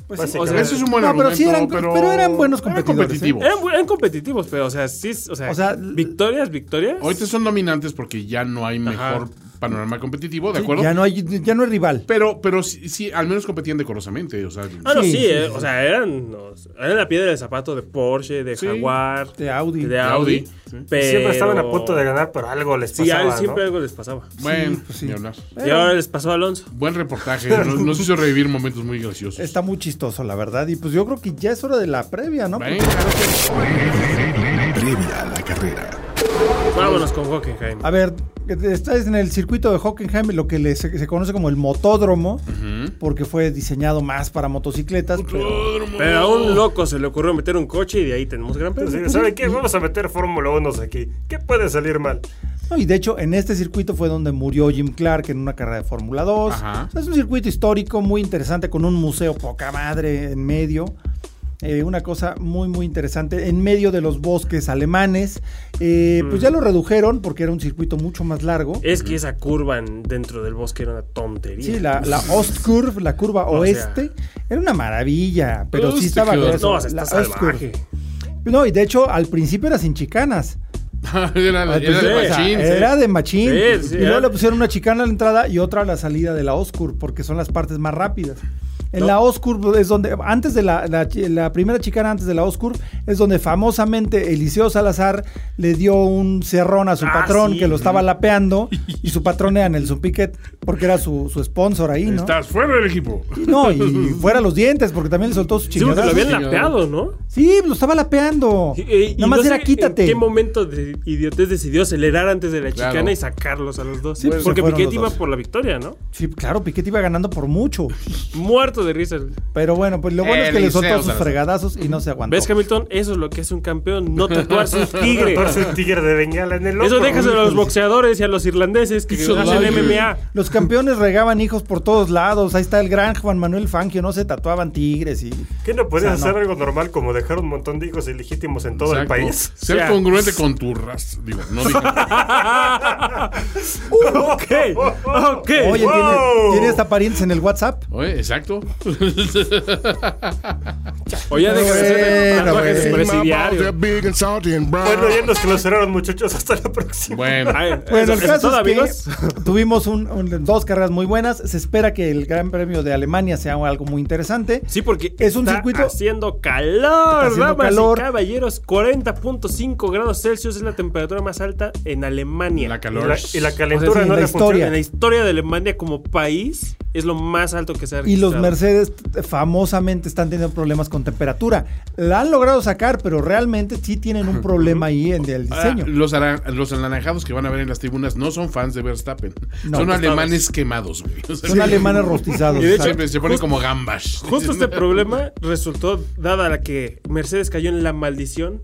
B: Pues sí.
D: O sea,
A: Eso es un buen
B: No, pero
A: argumento,
B: sí eran- pero eran buenos competidores, ¿eh?
A: competitivos.
D: Eran, bu- eran competitivos, pero o sea, sí, es- o sea,
B: O sea,
D: victorias, victorias.
A: Ahorita son dominantes porque ya no hay mejor panorama competitivo, ¿de acuerdo?
B: Ya no hay, ya no hay rival.
A: Pero, pero sí, sí, al menos competían decorosamente. O sea,
D: Ah, no,
B: Sí,
D: sí,
B: sí,
D: eh,
B: sí,
D: o sea, eran, no, eran la piedra del zapato de Porsche, de
A: Sí.
D: Jaguar,
B: De Audi.
D: de Audi.
A: Audi, sí.
D: pero-
C: Siempre estaban a punto de ganar, pero algo les
D: Sí,
C: pasaba.
D: a- siempre
C: ¿no?
D: algo les pasaba.
A: bueno,
B: pues sí.
A: ni hablar.
D: Y ahora les pasó a Alonso.
A: Buen reportaje, nos, nos hizo revivir momentos muy graciosos.
B: Está muy chistoso, la verdad. Y pues yo creo que ya es hora de la previa, ¿no?
A: Venga, gracias.
H: Previa a la carrera.
D: Vámonos con Hockenheim.
B: A ver, estás en el circuito de Hockenheim, lo que le- se, se conoce como el motódromo, porque fue diseñado más para motocicletas. Pero,
D: Pero a un loco se le ocurrió meter un coche y de ahí tenemos gran premio.
C: Entonces, ¿Sabe qué? Vamos a meter Fórmula 1 aquí. ¿Qué puede salir mal?
B: no, y de hecho, en este circuito fue donde murió Jim Clark en una carrera de Fórmula 2.
A: Ajá.
B: O sea, es un circuito histórico muy interesante, con un museo poca madre en medio. Eh, una cosa muy, muy interesante, en medio de los bosques alemanes. Eh, Pues
D: Mm.
B: ya lo redujeron porque era un circuito mucho más largo.
D: Es que esa curva en- dentro del bosque era una tontería.
B: Sí, la, la Ostcurve, la curva
D: O sea.
B: oeste, era una maravilla, pero sí estaba
A: Ostcurve.
D: No, o sea,
B: la
D: está
B: Ostcurve.
D: salvaje.
B: No, y de hecho, al principio era sin chicanas.
A: era la-
B: Al
A: era
B: principio,
A: de
B: o sea, Ah,
A: machín.
B: pues era de machín.
D: Sí, sí,
B: y luego
D: era-
B: le pusieron una chicana a la entrada y otra a la salida de la Oscur, porque son las partes más rápidas. En la Oscur es donde, antes de la, la chi- la primera chicana, antes de la Oscur, es donde famosamente Eliseo Salazar le dio un cerrón a su
D: Ah,
B: patrón
D: sí.
B: que lo estaba lapeando y su patrón era Nelson Piquet, porque era su, su sponsor ahí, ¿no?
A: Estás fuera del equipo.
B: No, y fuera los dientes, porque también le soltó su
D: Sí, porque lo
B: chingadazo.
D: habían lapeado, ¿no?
B: Sí, lo estaba lapeando.
D: Y- y- y
B: Nada más
D: no sé
B: era
D: ¿En
B: quítate.
D: qué momento de idiotez decidió acelerar antes de la
A: Claro.
D: chicana y sacarlos a los dos?
B: Sí, pues,
D: Porque
B: se fueron
D: Piquet
B: los
D: iba
B: dos.
D: por la victoria, ¿no?
B: Sí, claro, Piquet iba ganando por mucho.
D: Muerto de risa.
B: Pero bueno, pues lo bueno es que le soltó
A: Eliseo
B: sus
A: Salazar.
B: fregadazos y no se aguantó.
D: ¿Ves, Hamilton? Eso es lo que es un campeón, no tatuarse un tigre.
C: Torce un tigre de bengala en el hombro.
D: Eso déjaselo a los boxeadores y a los irlandeses que
A: Eso
D: hacen
A: vale.
D: MMA.
B: Los campeones regaban hijos por todos lados. Ahí está el gran Juan Manuel Fangio, no se tatuaban tigres y.
C: ¿Qué no podías
B: O sea, no.
C: hacer algo normal como dejar un montón de hijos ilegítimos en todo el
A: Exacto.
C: país?
A: Ser
D: O sea,
A: congruente con tu raza. Digo, no dije.
D: Ok, ok.
B: Oye,
C: ¡Wow!
B: ¿tiene, tiene hasta parientes en el WhatsApp.
A: Oye, exacto.
D: O ya deja de hacer
B: Bueno,
D: tatuajes
B: bueno.
D: presidiarios.
F: big and salty and brown.
C: Bueno, ya nos clausuraron, muchachos. Hasta la próxima.
A: Bueno.
D: Ay,
B: Bueno, el
D: eso- eso
B: caso
D: todo,
B: es que
D: amigos.
B: tuvimos un- un- dos carreras muy buenas. Se espera que el Gran Premio de Alemania sea algo muy interesante.
D: Sí, porque
B: Es un
D: está
B: circuito-
D: haciendo calor,
B: haciendo
D: damas
B: calor.
D: y caballeros. 40.5 grados Celsius es la temperatura más alta en Alemania.
A: La
C: Y
A: calor.
C: la, y
D: pues,
C: la calentura
B: O sea, sí,
C: no
B: la
C: le
B: historia.
C: funciona.
D: En la historia de Alemania como país es lo más alto que se ha
B: Y los
D: registrado.
B: Mercedes t- famosamente están teniendo problemas con temperatura. La han logrado sacar, pero realmente sí tienen un problema ahí en el
A: Ahora,
D: Ah,
B: diseño.
A: los, ara- los anaranjados que van a ver en las tribunas no son fans de Verstappen.
B: No,
A: son
B: pues,
A: alemanes quemados, güey. O sea,
B: Son alemanes rostizados.
D: Y de hecho,
B: ¿sabes?
A: siempre se ponen como gambas.
D: Justo este problema resultó dada la que Mercedes cayó en la maldición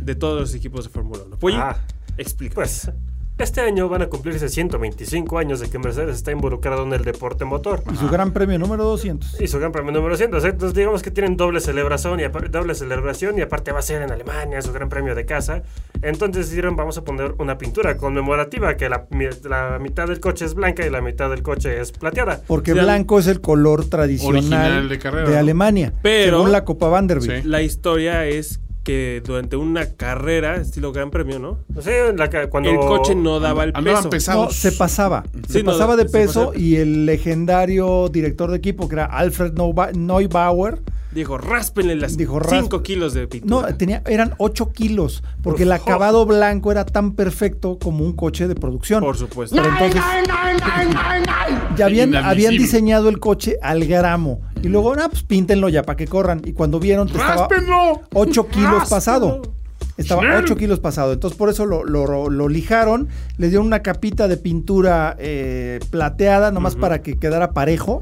D: de todos los equipos de Fórmula 1. Oye,
C: Ah.
D: explica.
C: Pues Este año van a cumplirse 125 años de que Mercedes está involucrado en el deporte motor.
B: Y su gran premio número 200.
C: Y su gran premio número 100. Entonces, digamos que tienen doble celebración, y apar- doble celebración y aparte va a ser en Alemania su gran premio de casa. Entonces decidieron, vamos a poner una pintura conmemorativa que la, mi- la mitad del coche es blanca y la mitad del coche es plateada.
B: Porque
D: Sí, al-
B: blanco es el color tradicional
A: Original
B: de,
A: de carrera, ¿no?
B: Alemania.
D: Pero-
B: según la Copa Vanderbilt.
A: Sí.
D: La historia es que durante una carrera, estilo Gran Premio, ¿no?
C: No sé, en la ca- cuando...
D: El coche no daba el
A: Andaban
D: peso.
B: No,
A: pesados.
B: se pasaba. se
D: no,
B: pasaba de
D: se
B: peso
D: pasaba.
B: y el legendario director de equipo, que era Alfred Neuba- Neubauer,
D: Dijo, ráspenle las
B: Dijo,
D: 5
B: rasp-
D: kilos de
B: no,
D: pintura.
B: tenía, eran 8 kilos, porque el
C: Uf.
B: acabado blanco era tan perfecto como un coche de producción.
D: Por supuesto.
B: Pero entonces, ya habían, habían
A: Inadmisible.
B: diseñado el coche al gramo. Y luego, ah, pues píntenlo ya para que corran. Y cuando vieron, que estaba
A: ¡Ráspenlo!
B: 8 kilos pasado. Estaba
A: Schnell.
B: 8 kilos pasado. Entonces, por eso lo, lo- lo lijaron. Le dieron una capita de pintura eh, plateada, nomás para que quedara parejo.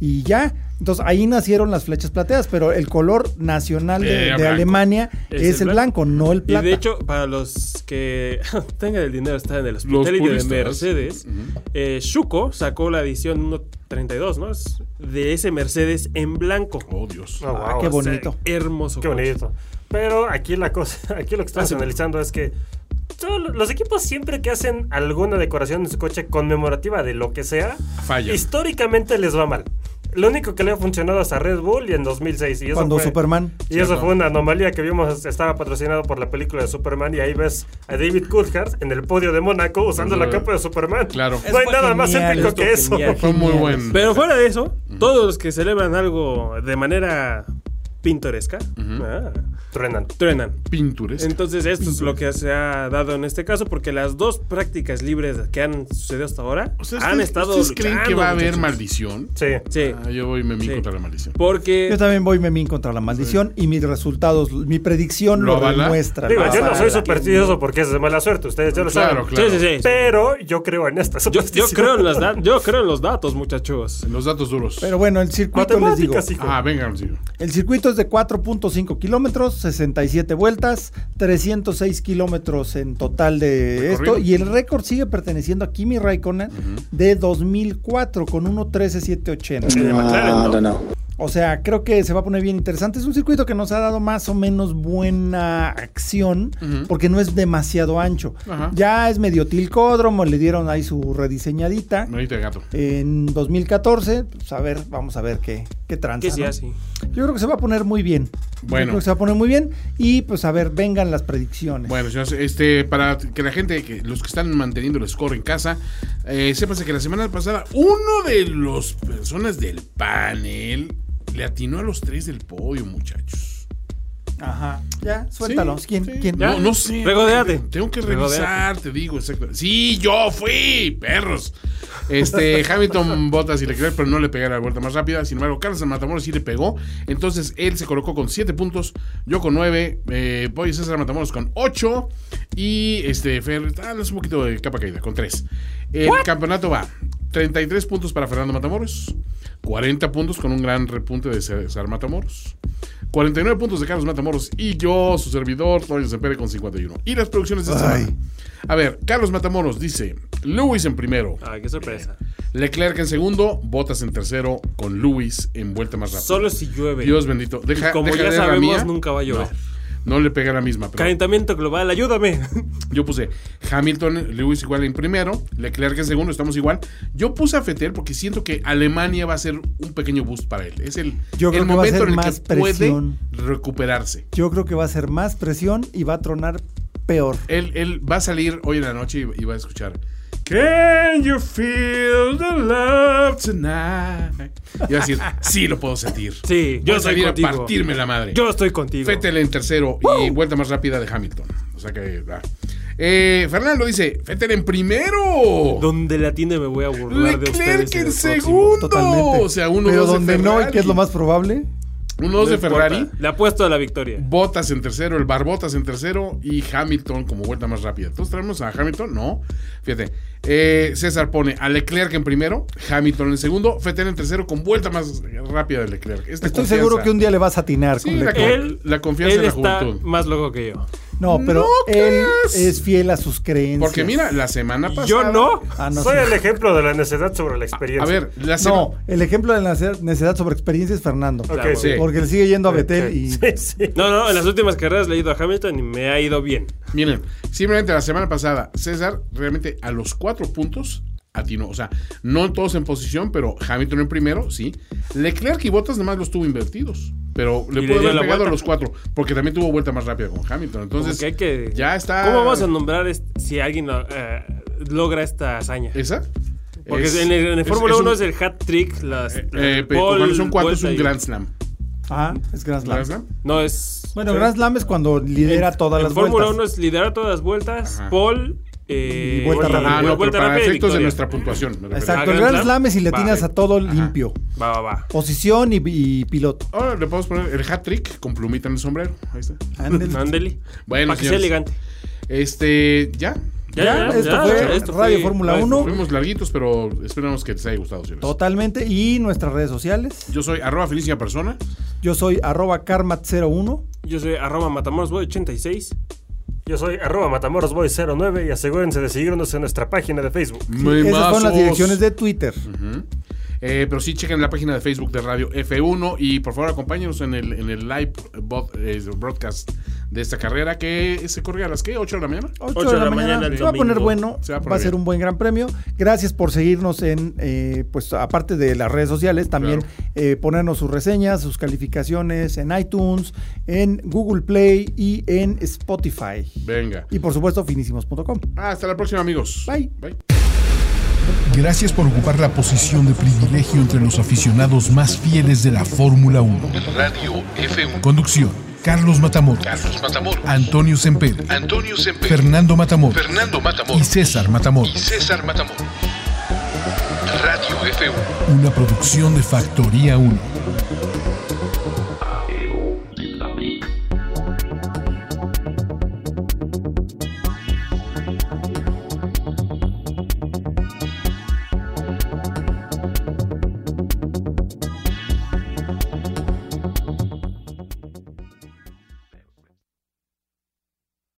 B: Y ya. Entonces, ahí nacieron las flechas plateadas. Pero el color nacional
A: Era
B: de, de
A: blanco.
B: Alemania
D: Es
B: es,
D: el
B: el blanco, no el
D: Y
B: plata.
D: de hecho, para los que tengan el dinero, están en el
A: Los
D: hospital de
A: puristas.
D: Mercedes, eh, Shuko sacó la edición 132, ¿no? Es de ese Mercedes en blanco.
A: Oh, Dios.
C: Ah,
B: Ah,
C: wow,
B: qué
C: o sea,
B: bonito.
D: Hermoso.
C: Qué
D: coche.
C: bonito. Pero aquí la cosa, aquí lo que estamos
D: Ah, sí.
C: analizando es que todos lo- los equipos siempre que hacen alguna decoración en su coche conmemorativa de lo que sea,
A: Falla.
C: históricamente les va mal. Lo único que le ha funcionado es a Red Bull y en 2006. Y eso
B: Cuando
C: fue-
B: Superman.
C: Y eso fue una anomalía que vimos, estaba patrocinado por la película de Superman y ahí ves a David Coulthard en el podio de Mónaco usando la capa de Superman.
A: Claro.
C: No hay
D: Eso fue
C: nada más
D: genial,
C: épico
D: esto
C: que eso.
D: genial.
A: Fue muy bueno.
D: Pero fuera de eso, todos los que celebran algo de manera pintoresca,
C: Ah, truenan.
D: truenan.
A: Pintures.
D: Entonces, esto es lo que se ha dado en este caso, porque las dos prácticas libres que han sucedido hasta ahora
A: O sea,
D: han
A: ¿ustedes-
D: estado.
A: ¿Ustedes creen que
D: luchando,
A: va a haber
D: muchachos.
A: maldición?
C: Sí.
D: Sí.
A: Ah, yo voy y me mico
D: Sí.
A: contra la maldición.
D: Porque.
B: Yo también voy memín contra la maldición y mis resultados, mi predicción
A: ¿Lo
B: lo,
A: avala?
B: demuestra.
C: Digo,
B: Lo
C: yo no
B: avala.
C: soy supersticioso porque es de mala suerte, ustedes ya lo saben.
A: Claro, claro.
D: Sí, sí, sí.
C: Pero yo creo en esta
D: Yo, yo
C: superstición.
D: creo en los da- yo creo en los datos, muchachos.
A: Los datos duros.
B: Pero bueno, el circuito les digo.
C: Matemáticas, hijo.
A: ah, venga, consigo.
B: El circuito es de 4.5 kilómetros, 67 vueltas, 306 kilómetros en total de
A: Recorrido.
B: esto. Y el récord sigue perteneciendo a Kimi Raikkonen de 2004 con 1.13.780.
C: De McLaren, ¿no?
B: O sea, creo que se va a poner bien interesante. Es un circuito que nos ha dado más o menos buena acción porque no es demasiado ancho.
A: Ajá.
B: Ya es medio tilcódromo, le dieron ahí su rediseñadita.
A: Manita de gato.
B: En 2014, pues a ver, vamos a ver qué, qué tranza.
D: Que sí,
B: ¿no?
D: así.
B: Yo creo que se va a poner muy bien. Yo
A: Bueno.
B: creo que se va a poner muy bien. Y pues a ver, vengan las predicciones.
A: Bueno, señores, este, para que la gente, que los que están manteniendo el score en casa, eh, sépanse que la semana pasada uno de los personas del panel le atinó a los tres del pollo, muchachos.
B: Ajá. Ya, suéltalo.
A: Sí,
B: ¿Quién?
A: sí.
B: ¿Quién?
A: No, no sé.
D: Regodeate.
A: Tengo que
D: Regodeate.
A: revisar, te digo, exacto. Sí, yo fui, perros. Este, Hamilton Botas y Leclerc, pero no le pegué la vuelta más rápida. Sin embargo, Carlos Matamoros sí le pegó. Entonces, él se colocó con 7 puntos, yo con 9, eh, Boy César Matamoros con 8 y este, Fer, ah, no, es un poquito de capa caída, con 3. El campeonato va 33 puntos para Fernando Matamoros, 40 puntos con un gran repunte de César Matamoros. 49 puntos de Carlos Matamoros y yo, su servidor, Toño Sempere, con 51. Y las producciones de esta
B: Ay.
A: semana. A ver, Carlos Matamoros dice: Lewis en primero,
D: Ay, qué sorpresa.
A: Leclerc en segundo, Botas en tercero, con Lewis en vuelta más rápida.
D: Solo si llueve.
A: Dios bendito. Deja,
D: Y como
A: deja
D: ya
A: leer la
D: sabemos,
A: mía.
D: nunca va a llover.
A: No, no le pega la misma. pero
D: Calentamiento global, ayúdame.
A: yo puse Hamilton, Lewis igual en primero, Leclerc en segundo, estamos igual. Yo puse a Fetel porque siento que Alemania va a ser un pequeño boost para él. Es el,
B: Yo creo
A: el
B: que va a
A: momento
B: ser
A: en el
B: más
A: que puede
B: presión.
A: recuperarse.
B: Yo creo que va a ser más presión y va a tronar peor.
A: Él, él va a salir hoy en la noche y, y va a escuchar. Can you feel the love tonight? Y va a decir, sí lo puedo sentir.
D: Sí, yo
A: yo voy a
D: estoy
A: salir
D: contigo.
A: a partirme la madre.
D: Yo estoy contigo.
A: Fettel en tercero y vuelta más rápida de Hamilton. O sea que. ah. Eh, Fernando dice: Fettel en primero.
D: Donde la tienda me voy a burlar de ustedes.
A: Leclerc en
D: el
A: segundo.
B: Totalmente.
A: O sea, uno
B: Pero
A: dos de
B: donde no, y
A: Ferrari.
B: que es lo más probable.
A: Uno dos de Ferrari.
D: Le apuesto a la victoria.
A: Botas en tercero, el Barbotas en tercero y Hamilton como vuelta más rápida. ¿Todos traemos a Hamilton? No. Fíjate. Eh, César pone a Leclerc en primero, Hamilton en segundo, Fettel en tercero con vuelta más rápida de Leclerc. Esta
B: Estoy
A: confianza-
B: seguro que un día le vas a atinar.
A: Sí,
B: con
A: la
B: Leclerc.
A: La confianza
D: él
A: en la
D: está
A: juventud.
D: más loco que yo.
B: No, pero
A: No
B: él
A: creas.
B: es fiel a sus creencias.
A: Porque mira, la semana pasada.
C: Yo no.
B: Ah, no,
C: Soy
B: sí.
C: el ejemplo de la necedad sobre la experiencia.
A: A ver, la sema-
B: No, el ejemplo de la nece- necesidad sobre experiencia es Fernando.
C: Ok, sí.
B: Porque le sigue yendo a Betel y.
C: Sí, sí.
D: No, no, en las últimas carreras le he ido a Hamilton y me ha ido bien.
A: Miren, simplemente la semana pasada, César realmente a los cuatro puntos atinó. O sea, no todos en posición, pero Hamilton en primero, sí. Leclerc y Bottas nomás los tuvo invertidos. Pero le
D: Y le
A: pudo
D: dio
A: haber
D: la
A: pegado
D: vuelta.
A: a los cuatro, porque también tuvo vuelta más rápida con Hamilton. Entonces,
D: Como que hay que-
A: ya está.
D: ¿Cómo vamos a nombrar est- si alguien eh, logra esta hazaña?
A: ¿Esa?
D: Porque
A: Es-
D: en el, en el
A: es-
D: Fórmula
A: es un-
D: 1 es el hat trick, las.
A: eh,
D: el
A: eh, pero
D: pole,
A: cuando son cuatro es
D: vuelta
A: un
D: y-
A: Grand Slam.
B: Ah, es Grand Slam.
A: ¿Grand Slam?
D: No, es.
B: Bueno, Grand Slam es cuando lidera todas
D: en
B: las
D: Fórmula
B: vueltas.
D: 1 es liderar todas las vueltas,
A: Ajá.
D: pole. eh,
B: Y vuelta rápida.
A: Ah, no, pero
D: vuelta
A: para
D: rápida y
A: efectos de
D: victoria.
A: nuestra puntuación. me refiero.
B: Exacto,
D: Ah,
B: el
D: Grand
B: Grand
D: Slam.
B: Slam es si le
D: Vale.
B: atinas a todo limpio.
D: Va, va, va.
B: Posición y, y piloto.
A: Ahora le podemos poner el hat trick con plumita en el sombrero. Ahí está.
B: Ándale.
D: Ándele.
A: Bueno,
D: Para que sea
A: señores.
D: elegante.
A: Este, ya.
D: Ya,
B: Ya, esto
D: ya,
B: fue
D: esto
B: Radio
D: fue-
B: Fórmula
D: fue-
B: 1.
A: Fuimos larguitos, pero esperamos que les haya gustado. señores.
B: Totalmente. Y nuestras redes sociales.
A: Yo soy arroba felicia persona.
B: Yo soy arroba karmat01.
D: Yo soy arroba matamorosboy86.
C: Yo soy arroba matamorosboy09 y asegúrense de seguirnos en nuestra página de Facebook.
B: Esas son las direcciones de Twitter.
A: Eh, pero sí, chequen la página de Facebook de Radio F1 y por favor acompáñenos en el, en el live bod- eh, broadcast de esta carrera que se corre a las que 8 de la mañana.
B: 8 de la, mañana.
D: el
B: se va a poner
D: domingo.
B: bueno,
A: Se
B: va
A: va
B: a,
A: a poner
B: ser
A: bien.
B: un buen gran premio. Gracias por seguirnos en, eh, pues aparte de las redes sociales, también
A: Claro.
B: eh, ponernos sus reseñas, sus calificaciones en iTunes, en Google Play y en Spotify.
A: Venga.
B: Y por supuesto, finísimos.com.
A: Hasta la próxima, amigos.
B: Bye.
A: Bye.
E: Gracias por ocupar la posición de privilegio entre los aficionados más fieles de la Fórmula 1.
H: Radio F1.
E: Conducción: Carlos Matamoros,
H: Carlos Matamoros.
E: Antonio Semper,
H: Antonio Semper.
E: Fernando Matamoros
H: Fernando
E: y
H: Matamoros.
E: César
H: Y
E: Matamoros.
H: César Matamoros. Radio F1.
E: Una producción de Factoría 1.